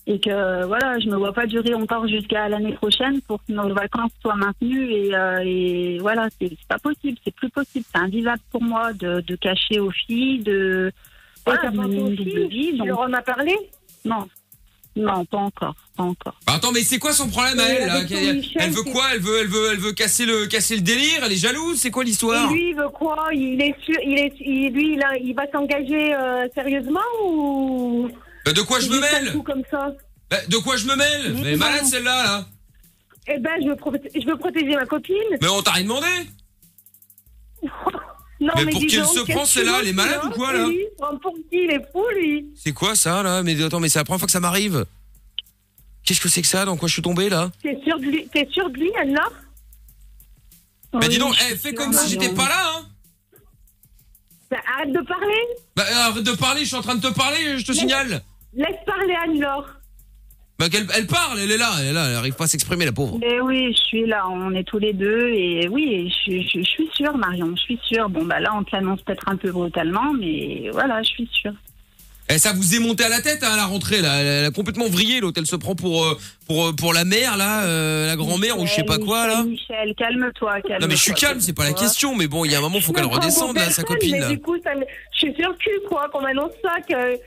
[SPEAKER 4] Et que, voilà, je me vois pas durer encore jusqu'à l'année prochaine pour que nos vacances soient maintenues. Et, euh, et voilà, c'est c'est pas possible, c'est plus possible. C'est invivable pour moi de, de cacher aux filles, de.
[SPEAKER 9] Et
[SPEAKER 4] Voilà,
[SPEAKER 9] t'as
[SPEAKER 4] de
[SPEAKER 9] pensé
[SPEAKER 4] mener
[SPEAKER 9] Ah, aux
[SPEAKER 4] une double
[SPEAKER 9] filles
[SPEAKER 4] vie.
[SPEAKER 9] Tu
[SPEAKER 4] donc-
[SPEAKER 9] leur en as parlé
[SPEAKER 4] non. Non, pas encore. Pas encore.
[SPEAKER 1] bah attends mais c'est quoi son problème à
[SPEAKER 9] Et
[SPEAKER 1] elle là
[SPEAKER 9] avec ton
[SPEAKER 1] Elle-
[SPEAKER 9] Michel,
[SPEAKER 1] Elle veut
[SPEAKER 9] c'est-
[SPEAKER 1] quoi Elle veut elle veut elle veut casser le casser le délire, elle est jalouse, c'est quoi l'histoire
[SPEAKER 9] Et lui, il veut quoi Il est sûr, il est, il- lui, il, a- il va s'engager euh, sérieusement ou
[SPEAKER 1] Bah, De quoi je me
[SPEAKER 9] juste un
[SPEAKER 1] mêle
[SPEAKER 9] coup comme ça
[SPEAKER 1] Bah, De quoi je me mêle Mais elle est malade celle-là là
[SPEAKER 9] Eh ben, je veux, proté- je veux protéger ma copine.
[SPEAKER 1] Mais on t'a rien demandé
[SPEAKER 9] Non,
[SPEAKER 1] Mais
[SPEAKER 9] mais,
[SPEAKER 1] pour
[SPEAKER 9] dis
[SPEAKER 1] qu'il
[SPEAKER 9] donc,
[SPEAKER 1] se
[SPEAKER 9] qu'est-ce
[SPEAKER 1] prend,
[SPEAKER 9] que
[SPEAKER 1] c'est là,
[SPEAKER 9] tu veux,
[SPEAKER 1] elle est malade
[SPEAKER 9] lui,
[SPEAKER 1] ou quoi,
[SPEAKER 9] hein
[SPEAKER 1] là
[SPEAKER 9] Lui, prends pour qui Il est fou, lui.
[SPEAKER 1] C'est quoi ça là Mais attends mais c'est la première fois que ça m'arrive Qu'est-ce que c'est que ça Dans quoi je suis tombé là
[SPEAKER 9] T'es sûr de lui T'es sûr de lui, Anna
[SPEAKER 1] Bah
[SPEAKER 4] Oui,
[SPEAKER 1] dis donc,
[SPEAKER 4] je
[SPEAKER 1] eh,
[SPEAKER 4] suis
[SPEAKER 1] fais
[SPEAKER 4] sûre,
[SPEAKER 1] comme si j'étais
[SPEAKER 4] Marion.
[SPEAKER 1] pas là hein
[SPEAKER 9] Bah, Arrête de parler.
[SPEAKER 1] Bah euh, arrête de parler, je suis en train de te parler, je te signale
[SPEAKER 9] Laisse parler Anne-Laure.
[SPEAKER 1] Bah qu'elle elle parle, elle est là, elle est là, elle arrive pas à s'exprimer la pauvre
[SPEAKER 4] Mais oui, je suis là, on est tous les deux et oui, je, suis- je suis- je suis sûre, Marion, je suis sûre. Bon, bah là, on te l'annonce peut-être un peu brutalement, mais voilà, je suis sûre.
[SPEAKER 1] Eh, ça vous est monté à la tête hein, à la rentrée là. Elle, elle a complètement vrillé l'autre. Elle se prend pour euh, pour euh, pour la mère là, euh, la grand-mère ou je sais pas quoi là.
[SPEAKER 4] Michel, calme-toi, calme-toi. Oh,
[SPEAKER 1] Non mais je suis calme, c'est pas la
[SPEAKER 4] calme-toi.
[SPEAKER 1] question. Mais bon, il y a un moment, faut qu'elle
[SPEAKER 9] Je me prends pour
[SPEAKER 1] redescende là, sa
[SPEAKER 9] personne,
[SPEAKER 1] copine.
[SPEAKER 9] mais
[SPEAKER 1] là.
[SPEAKER 9] du coup, ça me- je suis sur le cul, quoi, qu'on m'annonce ça, que-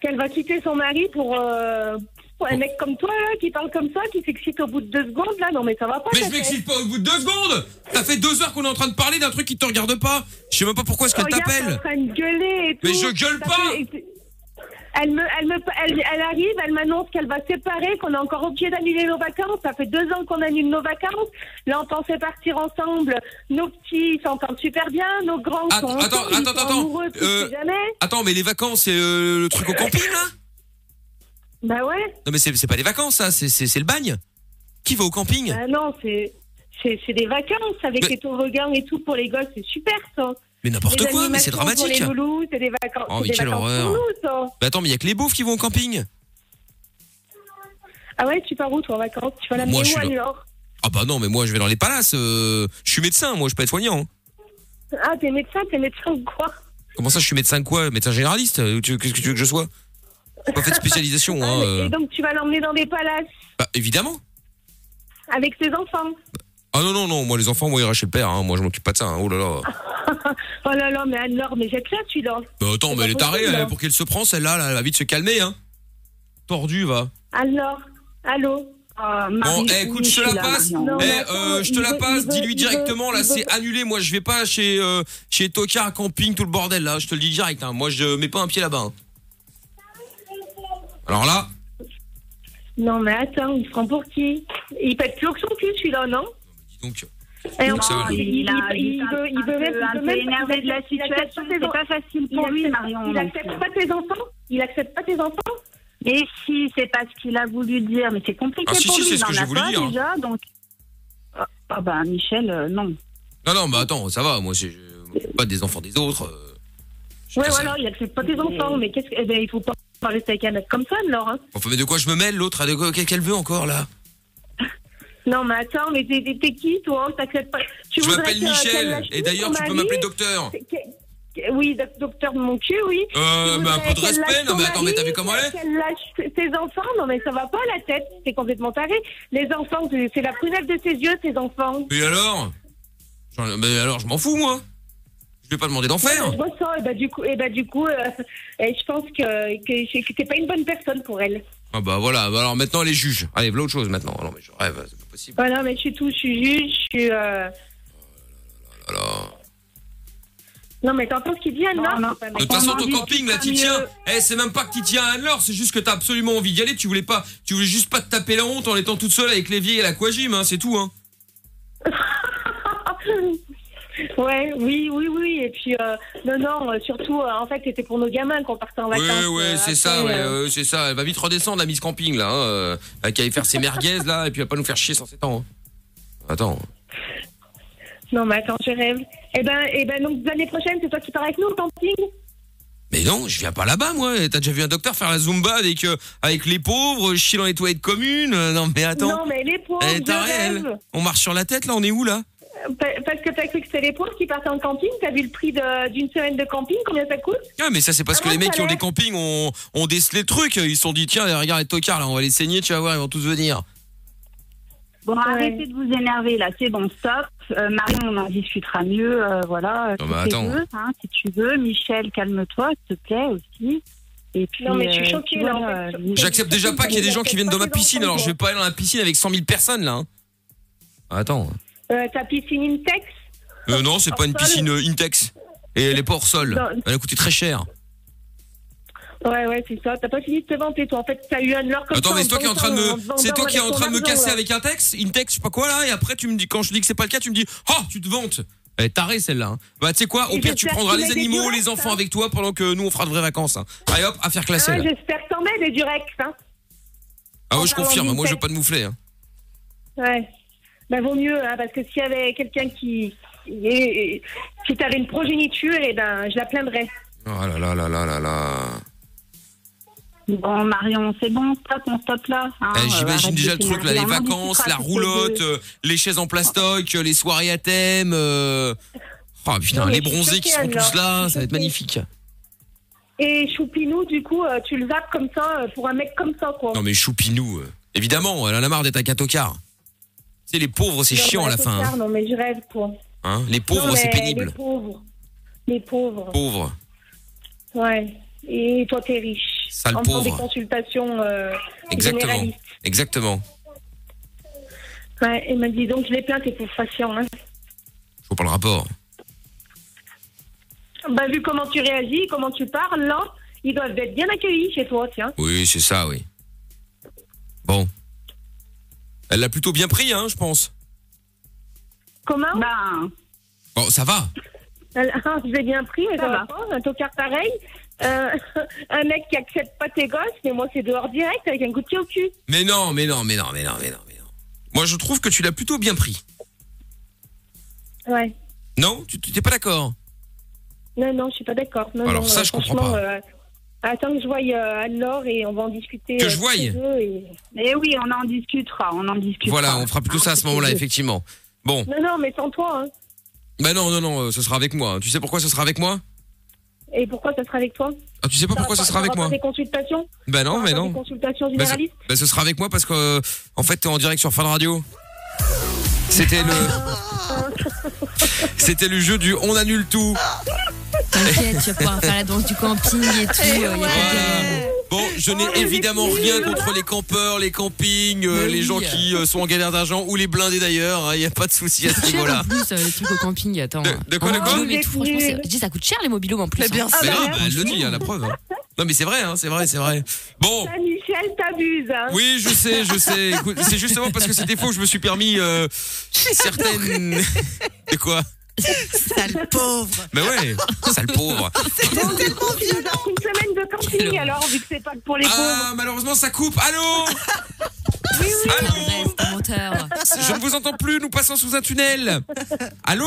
[SPEAKER 9] qu'elle va quitter son mari pour, euh, pour un mec comme toi, là, qui parle comme ça, qui s'excite au bout de deux secondes, là. Non, mais ça va pas,
[SPEAKER 1] Mais je
[SPEAKER 9] ta tête.
[SPEAKER 1] m'excite pas au bout de deux secondes. Ça fait deux heures qu'on est en train de parler d'un truc qui te regarde pas. Je sais même pas pourquoi est-ce qu'elle
[SPEAKER 9] Regarde, t'es en
[SPEAKER 1] t'appelle.
[SPEAKER 9] train de gueuler et tout.
[SPEAKER 1] Mais je gueule
[SPEAKER 9] Ça
[SPEAKER 1] pas.
[SPEAKER 9] fait- Elle, me, elle, me, elle, elle arrive, elle m'annonce qu'elle va se séparer, qu'on est encore obligé d'annuler nos vacances. Ça fait deux ans qu'on annule nos vacances. Là, on pensait partir ensemble. Nos petits ils s'entendent super bien, nos grands
[SPEAKER 1] Att-
[SPEAKER 9] sont ensemble,
[SPEAKER 1] attends,
[SPEAKER 9] ils
[SPEAKER 1] attends,
[SPEAKER 9] sont
[SPEAKER 1] attends.
[SPEAKER 9] amoureux, tu
[SPEAKER 1] Euh,
[SPEAKER 9] sais jamais.
[SPEAKER 1] Attends, mais les vacances, c'est euh, le truc au camping là
[SPEAKER 9] Bah ouais,
[SPEAKER 1] Non mais c'est c'est pas des vacances ça, c'est c'est c'est le bagne. Qui va au camping
[SPEAKER 9] bah non, c'est... C'est c'est des vacances avec
[SPEAKER 1] Mais-
[SPEAKER 9] les toboggans et tout pour les gosses, c'est super ça.
[SPEAKER 1] Mais n'importe
[SPEAKER 9] Les
[SPEAKER 1] quoi, mais c'est
[SPEAKER 9] animations pour
[SPEAKER 1] dramatique.
[SPEAKER 9] les loulous, c'est des vacances.
[SPEAKER 1] Oh,
[SPEAKER 9] c'est
[SPEAKER 1] mais
[SPEAKER 9] des
[SPEAKER 1] quelle
[SPEAKER 9] vacances
[SPEAKER 1] horreur.
[SPEAKER 9] pour nous, ça.
[SPEAKER 1] Mais attends, mais il y a que les beaufs qui vont au camping.
[SPEAKER 9] Ah ouais, tu pars où toi en vacances Tu vas la
[SPEAKER 1] Moi,
[SPEAKER 9] où
[SPEAKER 1] je
[SPEAKER 9] à
[SPEAKER 1] suis
[SPEAKER 9] New
[SPEAKER 1] là.
[SPEAKER 9] York
[SPEAKER 1] Ah bah non, mais moi je vais dans les palaces. euh, je suis médecin, moi je suis pas être soignant. hein.
[SPEAKER 9] Ah, t'es médecin, t'es médecin ou quoi
[SPEAKER 1] Comment ça, je suis médecin quoi Médecin généraliste euh, tu- Qu'est-ce que tu veux que je sois J'ai pas fait de spécialisation,
[SPEAKER 9] Ah,
[SPEAKER 1] hein.
[SPEAKER 9] mais-
[SPEAKER 1] euh.
[SPEAKER 9] Et donc tu vas l'emmener dans des palaces
[SPEAKER 1] Bah évidemment.
[SPEAKER 9] avec ses enfants.
[SPEAKER 1] Ah non non non, moi les enfants, moi ils restent chez le père. hein, Moi je m'occupe pas de ça. hein, Oh là là.
[SPEAKER 9] Oh là là, mais Anne-Laure, mais jette là celui-là.
[SPEAKER 1] Bah attends, mais elle est tarée.
[SPEAKER 9] possible,
[SPEAKER 1] elle,
[SPEAKER 9] hein.
[SPEAKER 1] pour qu'elle se prend celle-là, là, elle va vite se calmer, hein. Tordu va.
[SPEAKER 9] Anne-Laure, allô Ah, Marie,
[SPEAKER 1] Bon, eh,
[SPEAKER 9] oui,
[SPEAKER 1] écoute, je te
[SPEAKER 9] suis
[SPEAKER 1] la
[SPEAKER 9] là,
[SPEAKER 1] passe.
[SPEAKER 9] Marion.
[SPEAKER 1] Eh,
[SPEAKER 9] Non, mais
[SPEAKER 1] euh,
[SPEAKER 9] attends,
[SPEAKER 1] je te
[SPEAKER 9] il
[SPEAKER 1] la
[SPEAKER 9] veut-
[SPEAKER 1] passe,
[SPEAKER 9] il veut-
[SPEAKER 1] dis-lui
[SPEAKER 9] il veut-
[SPEAKER 1] directement, là
[SPEAKER 9] il veut-
[SPEAKER 1] c'est annulé, moi je vais pas chez euh, chez Toka, camping, tout le bordel là, je te le dis direct, hein. moi je mets pas un pied là-bas. hein. Alors là,
[SPEAKER 9] Non, mais attends, il se prend pour qui Il pète toujours son cul celui-là, non
[SPEAKER 1] dis donc,
[SPEAKER 9] Eh,
[SPEAKER 1] Non,
[SPEAKER 9] on-
[SPEAKER 1] ça va.
[SPEAKER 9] il, il,
[SPEAKER 4] a-
[SPEAKER 9] il- il veut, il veut
[SPEAKER 4] un
[SPEAKER 9] même,
[SPEAKER 4] peu-
[SPEAKER 9] il
[SPEAKER 4] un
[SPEAKER 9] veut
[SPEAKER 4] peu
[SPEAKER 9] même
[SPEAKER 4] énervé de la
[SPEAKER 9] il accepte
[SPEAKER 4] situation.
[SPEAKER 9] pas
[SPEAKER 4] C'est
[SPEAKER 9] tes-
[SPEAKER 4] pas facile
[SPEAKER 9] il
[SPEAKER 4] pour lui,
[SPEAKER 9] accepte-
[SPEAKER 4] Marion.
[SPEAKER 9] Il
[SPEAKER 4] non
[SPEAKER 9] accepte
[SPEAKER 4] plus.
[SPEAKER 9] pas tes enfants Il accepte pas tes enfants
[SPEAKER 4] Mais si, c'est pas ce qu'il a voulu dire, mais c'est compliqué
[SPEAKER 1] Ah, si,
[SPEAKER 4] pour
[SPEAKER 1] si,
[SPEAKER 4] lui.
[SPEAKER 1] c'est ce
[SPEAKER 4] il
[SPEAKER 1] que
[SPEAKER 4] en
[SPEAKER 1] j'ai
[SPEAKER 4] a
[SPEAKER 1] voulu
[SPEAKER 4] pas,
[SPEAKER 1] dire, hein.
[SPEAKER 4] Déjà, donc. Ah, Ah bah Michel, euh, non.
[SPEAKER 1] non non, mais attends, ça va, moi c'est je m'occupe pas des enfants des autres. euh.
[SPEAKER 9] Ouais,
[SPEAKER 1] Ça, ça-
[SPEAKER 9] voilà, il accepte pas tes enfants, mais qu'est-ce que. Eh ben, il faut pas rester avec un mec comme ça, alors, hein.
[SPEAKER 1] Enfin, mais de quoi je me mêle l'autre, elle- qu'est-ce qu'elle veut encore là
[SPEAKER 9] Non, mais attends, mais t'es, t'es- t'es qui, toi hein T'acceptes pas. Tu
[SPEAKER 1] Je
[SPEAKER 9] voudrais
[SPEAKER 1] m'appelle
[SPEAKER 9] que- qu'elle
[SPEAKER 1] Michel
[SPEAKER 9] lâche
[SPEAKER 1] et d'ailleurs
[SPEAKER 9] ton
[SPEAKER 1] tu peux
[SPEAKER 9] mari
[SPEAKER 1] m'appeler docteur.
[SPEAKER 9] Que- que- Oui, doc- docteur de mon cul, oui.
[SPEAKER 1] Euh,
[SPEAKER 9] Tu
[SPEAKER 1] bah, un peu
[SPEAKER 9] voudrais
[SPEAKER 1] de
[SPEAKER 9] qu'elle lâche
[SPEAKER 1] respect, non
[SPEAKER 9] ton
[SPEAKER 1] mais attends,
[SPEAKER 9] mari,
[SPEAKER 1] mais t'as vu comment elle est
[SPEAKER 9] Qu'elle lâche tes enfants, non mais ça va pas la tête, t'es complètement taré. Les enfants, c'est c'est la prunelle de tes yeux, tes enfants.
[SPEAKER 1] Mais alors J'en- Mais alors je m'en fous moi Je vais pas demander d'en faire
[SPEAKER 9] Je vois ça, et bah du coup, et bah, du coup euh, et je pense que, que, que t'es pas une bonne personne pour elle.
[SPEAKER 1] Ah bah voilà, bah alors maintenant les juges. Allez, voilà autre chose maintenant. Non mais je rêve, c'est pas possible.
[SPEAKER 9] Voilà, mais je suis tout, je suis juge, je suis. euh,
[SPEAKER 1] Alors...
[SPEAKER 9] Non mais t'entends ce qu'il dit, Ah, bah, Anna
[SPEAKER 4] Non, non.
[SPEAKER 9] C'est pas
[SPEAKER 1] De
[SPEAKER 9] mal.
[SPEAKER 1] toute façon, ton
[SPEAKER 4] envie,
[SPEAKER 1] camping là,
[SPEAKER 4] tant
[SPEAKER 1] t'y
[SPEAKER 4] mieux.
[SPEAKER 1] tiens. Eh, c'est même pas que t'y tiens à Anne-Laure, c'est juste que t'as absolument envie d'y aller. Tu voulais pas, tu voulais juste pas te taper la honte en étant toute seule avec les vieilles à l'aquagym, hein, c'est tout. Hein.
[SPEAKER 9] ah, Ouais, oui, oui, oui. Et puis, euh, non, non, euh, surtout, euh, en fait, c'était pour nos gamins qu'on partait en
[SPEAKER 1] Ouais,
[SPEAKER 9] vacances.
[SPEAKER 1] ouais,
[SPEAKER 9] euh,
[SPEAKER 1] c'est
[SPEAKER 9] après,
[SPEAKER 1] ça, ouais,
[SPEAKER 9] euh,
[SPEAKER 1] ouais, c'est ça. Elle va vite redescendre la Miss Camping là, hein, euh, elle qui allait faire ses merguez là, et puis elle va pas nous faire chier sans 7 ans. hein. Attends.
[SPEAKER 9] Non, mais attends, je rêve. Eh ben, eh ben donc, l'année prochaine, c'est toi qui pars avec nous au camping
[SPEAKER 1] Mais non, je viens pas là-bas, moi. T'as déjà vu un docteur faire la zumba avec, euh, avec les pauvres, chier dans les toilettes communes euh, Non, mais attends. Eh,
[SPEAKER 9] Non, mais les pauvres,
[SPEAKER 1] Elle est
[SPEAKER 9] je
[SPEAKER 1] tarée, elle.
[SPEAKER 9] rêve.
[SPEAKER 1] On marche sur la tête, là, on est où, là
[SPEAKER 9] Pa- Parce que t'as cru que c'était les pauvres qui partaient en camping T'as vu le prix de- d'une semaine de camping Combien ça coûte
[SPEAKER 1] Ah, mais ça, c'est parce que
[SPEAKER 9] Ah,
[SPEAKER 1] les mecs qui ont
[SPEAKER 9] voilà.
[SPEAKER 1] des campings ont, ont décelé le truc. Ils se sont dit, tiens, regarde les tocards, là, on va les saigner, tu vas voir, ils vont tous venir.
[SPEAKER 4] Bon,
[SPEAKER 9] Ouais.
[SPEAKER 4] arrêtez de vous énerver là, c'est bon, stop. Euh, Marion, on en discutera mieux, euh, voilà.
[SPEAKER 1] Non,
[SPEAKER 4] si
[SPEAKER 1] mais
[SPEAKER 4] tu
[SPEAKER 1] attends.
[SPEAKER 4] veux, hein, si tu veux, Michel, calme-toi, s'il te plaît aussi. Et puis,
[SPEAKER 9] Non, mais je suis
[SPEAKER 4] euh,
[SPEAKER 9] choquée,
[SPEAKER 4] tu vois,
[SPEAKER 9] là, en fait.
[SPEAKER 4] euh,
[SPEAKER 1] J'accepte déjà pas qu'il y ait des gens qui viennent dans ma piscine, alors je vais pas aller dans la piscine avec 100 000 personnes, là. hein. Attends.
[SPEAKER 9] euh, Ta piscine Intex
[SPEAKER 1] Euh, non, c'est pas une
[SPEAKER 9] Hors sol.
[SPEAKER 1] piscine euh, Intex. Et elle est pas hors sol.
[SPEAKER 9] Non.
[SPEAKER 1] Elle a coûté très cher.
[SPEAKER 9] Ouais, ouais, c'est ça. T'as pas fini de te vanter, toi. En fait, t'as eu un de leurs comme
[SPEAKER 1] Attends,
[SPEAKER 9] ça,
[SPEAKER 1] mais c'est toi qui est en train de me,
[SPEAKER 9] vendant-
[SPEAKER 1] c'est toi qui est en
[SPEAKER 9] vendant
[SPEAKER 1] train de me
[SPEAKER 9] ton
[SPEAKER 1] casser
[SPEAKER 9] argent,
[SPEAKER 1] avec un texte, une texte, je sais pas quoi là, et après tu me dis, quand je dis que c'est pas le cas, tu me dis, oh, tu te vantes. Elle est tarée celle-là. hein. Bah, tu sais quoi, au
[SPEAKER 9] Et
[SPEAKER 1] pire, tu
[SPEAKER 9] j'espère
[SPEAKER 1] prendras
[SPEAKER 9] qu'il
[SPEAKER 1] les
[SPEAKER 9] met des
[SPEAKER 1] animaux,
[SPEAKER 9] durex,
[SPEAKER 1] les enfants
[SPEAKER 9] hein.
[SPEAKER 1] avec toi pendant que nous on fera de vraies vacances. hein. Allez hop, affaire classée
[SPEAKER 9] là.
[SPEAKER 1] là.
[SPEAKER 9] Ah, J'espère que t'en mets des Durex, hein.
[SPEAKER 1] Ah
[SPEAKER 9] en
[SPEAKER 1] ouais, je
[SPEAKER 9] parlant
[SPEAKER 1] confirme,
[SPEAKER 9] d'une
[SPEAKER 1] moi je veux
[SPEAKER 9] texte.
[SPEAKER 1] pas de moufler. hein.
[SPEAKER 9] Ouais. Ben, vaut mieux, hein, parce que s'il y avait quelqu'un qui. et- et- Si t'avais une progéniture, eh ben, je la plaindrais.
[SPEAKER 1] Oh là là là là là là.
[SPEAKER 4] Bon, Marion, c'est bon, stop, on stop là. hein,
[SPEAKER 9] Ah,
[SPEAKER 1] Eh,
[SPEAKER 4] euh,
[SPEAKER 1] J'imagine
[SPEAKER 4] arrête
[SPEAKER 1] déjà
[SPEAKER 4] de
[SPEAKER 1] le truc là,
[SPEAKER 4] t'énerver,
[SPEAKER 1] les
[SPEAKER 4] on en
[SPEAKER 1] vacances,
[SPEAKER 4] discutera
[SPEAKER 1] la
[SPEAKER 4] toutes les
[SPEAKER 1] roulotte,
[SPEAKER 4] deux.
[SPEAKER 1] euh, les chaises en plastoc, euh, les soirées à thème. euh. Oh putain,
[SPEAKER 9] Non,
[SPEAKER 1] les
[SPEAKER 9] mais je suis
[SPEAKER 1] bronzés qui
[SPEAKER 9] choquée,
[SPEAKER 1] seront tous
[SPEAKER 9] alors.
[SPEAKER 1] là,
[SPEAKER 9] Je suis
[SPEAKER 1] ça va être
[SPEAKER 9] choquée.
[SPEAKER 1] magnifique.
[SPEAKER 9] Et Choupinou, du coup, euh, tu le zappes comme ça euh, pour un mec comme ça, quoi.
[SPEAKER 1] Non mais Choupinou, euh, évidemment, elle en a marre d'être un catocard. Tu sais, les pauvres, c'est
[SPEAKER 9] Non,
[SPEAKER 1] chiant à la
[SPEAKER 9] c'est
[SPEAKER 1] fin.
[SPEAKER 9] tard,
[SPEAKER 1] hein.
[SPEAKER 9] Non, mais je rêve, quoi.
[SPEAKER 1] Hein les pauvres,
[SPEAKER 9] Non, mais
[SPEAKER 1] c'est pénible.
[SPEAKER 9] Les pauvres. Les pauvres.
[SPEAKER 1] Pauvres.
[SPEAKER 9] Ouais. Et toi, t'es riche.
[SPEAKER 1] Sale
[SPEAKER 9] en faisant
[SPEAKER 1] pauvre.
[SPEAKER 9] des consultations euh,
[SPEAKER 1] Exactement.
[SPEAKER 9] généralistes.
[SPEAKER 1] Exactement.
[SPEAKER 9] Ouais, et m'a dit donc, je les plains, t'es pauvre patient. Hein.
[SPEAKER 1] Je vois pas le rapport.
[SPEAKER 9] Bah, vu comment tu réagis, comment tu parles, là, ils doivent être bien accueillis chez toi, tiens.
[SPEAKER 1] Oui, c'est ça, oui. Bon. Elle l'a plutôt bien pris, hein, je pense.
[SPEAKER 9] Comment
[SPEAKER 4] Ben,
[SPEAKER 1] Bon, ça va.
[SPEAKER 9] Ah, je l'ai bien pris, mais
[SPEAKER 4] Ça
[SPEAKER 9] ça
[SPEAKER 4] va.
[SPEAKER 9] va pas, un tocard pareil. Euh, un mec qui accepte pas tes gosses, mais moi, c'est dehors direct avec un coup de pied au cul.
[SPEAKER 1] Mais non, mais non, mais non, mais non, mais non, mais non. Moi, je trouve que tu l'as plutôt bien pris.
[SPEAKER 9] Ouais.
[SPEAKER 1] Non, tu tu- t'es pas d'accord
[SPEAKER 9] Non, non, je suis pas d'accord. Non,
[SPEAKER 1] Alors
[SPEAKER 9] non,
[SPEAKER 1] ça,
[SPEAKER 9] euh,
[SPEAKER 1] je comprends
[SPEAKER 9] franchement,
[SPEAKER 1] pas.
[SPEAKER 9] euh, attends que je voie euh, Anne-Laure et on va en discuter.
[SPEAKER 1] Que
[SPEAKER 9] euh,
[SPEAKER 1] je voie
[SPEAKER 9] tous les deux et-
[SPEAKER 4] mais eh oui, on en discutera, on en discutera. Hein,
[SPEAKER 1] Voilà, on fera plutôt
[SPEAKER 4] Ah,
[SPEAKER 1] ça à ce moment-là, effectivement. Bon,
[SPEAKER 9] Non, non, mais sans toi. Hein.
[SPEAKER 1] bah non, non, non, euh, ce sera avec moi. Tu sais pourquoi ce sera avec moi
[SPEAKER 9] Et pourquoi ça sera avec toi
[SPEAKER 1] Ah, tu sais pas pourquoi ce
[SPEAKER 9] T'auras
[SPEAKER 1] sera
[SPEAKER 9] pas-
[SPEAKER 1] avec
[SPEAKER 9] t'auras
[SPEAKER 1] moi
[SPEAKER 9] pas Des consultations
[SPEAKER 1] Bah non,
[SPEAKER 9] T'auras
[SPEAKER 1] mais
[SPEAKER 9] pas
[SPEAKER 1] non.
[SPEAKER 9] Des consultations
[SPEAKER 1] Bah, ce-
[SPEAKER 9] généralistes
[SPEAKER 1] bah, ce sera avec moi parce que, euh, en fait, t'es en direct sur Fan Radio. C'était le. C'était le jeu du on annule tout.
[SPEAKER 5] T'inquiète, tu vas pouvoir faire la danse du camping et tout. euh, y a pas de-
[SPEAKER 1] Voilà. Bon, je n'ai évidemment rien contre les campeurs, les campings, euh,
[SPEAKER 5] Mais
[SPEAKER 1] les
[SPEAKER 5] oui.
[SPEAKER 1] gens qui euh, sont en galère d'argent ou les blindés d'ailleurs. hein, Il n'y a pas de souci à
[SPEAKER 5] Ça coûte
[SPEAKER 1] ce
[SPEAKER 5] cher
[SPEAKER 1] niveau-là.
[SPEAKER 5] en plus, euh, les trucs au camping, attends.
[SPEAKER 1] De- de quoi,
[SPEAKER 5] En
[SPEAKER 1] de quoi
[SPEAKER 5] mobilhome et tout,
[SPEAKER 9] Vous
[SPEAKER 5] franchement,
[SPEAKER 9] êtes
[SPEAKER 5] c'est- je dis, ça coûte cher les mobilhomes en plus.
[SPEAKER 8] Mais bien
[SPEAKER 5] hein.
[SPEAKER 4] Ah,
[SPEAKER 9] Ah,
[SPEAKER 8] sûr.
[SPEAKER 1] Mais non, bah, elle le dit, hein, la preuve. hein. Non, mais c'est vrai, hein, c'est vrai, c'est vrai. Bon.
[SPEAKER 9] Ah, Michel, t'abuses. Hein.
[SPEAKER 1] Oui, je sais, je sais. Écoute, C'est justement parce que c'était faux que je me suis permis euh, certaines. De quoi
[SPEAKER 8] Sale pauvre.
[SPEAKER 1] Mais ouais, sale pauvre.
[SPEAKER 9] Une semaine de camping, alors, vu que c'est pas que pour les pauvres.
[SPEAKER 1] Ah, malheureusement, ça coupe. Allô
[SPEAKER 5] C'est un vrai,
[SPEAKER 1] Allô
[SPEAKER 5] c'est un menteur.
[SPEAKER 1] Je ne vous entends plus, nous passons sous un tunnel. Allô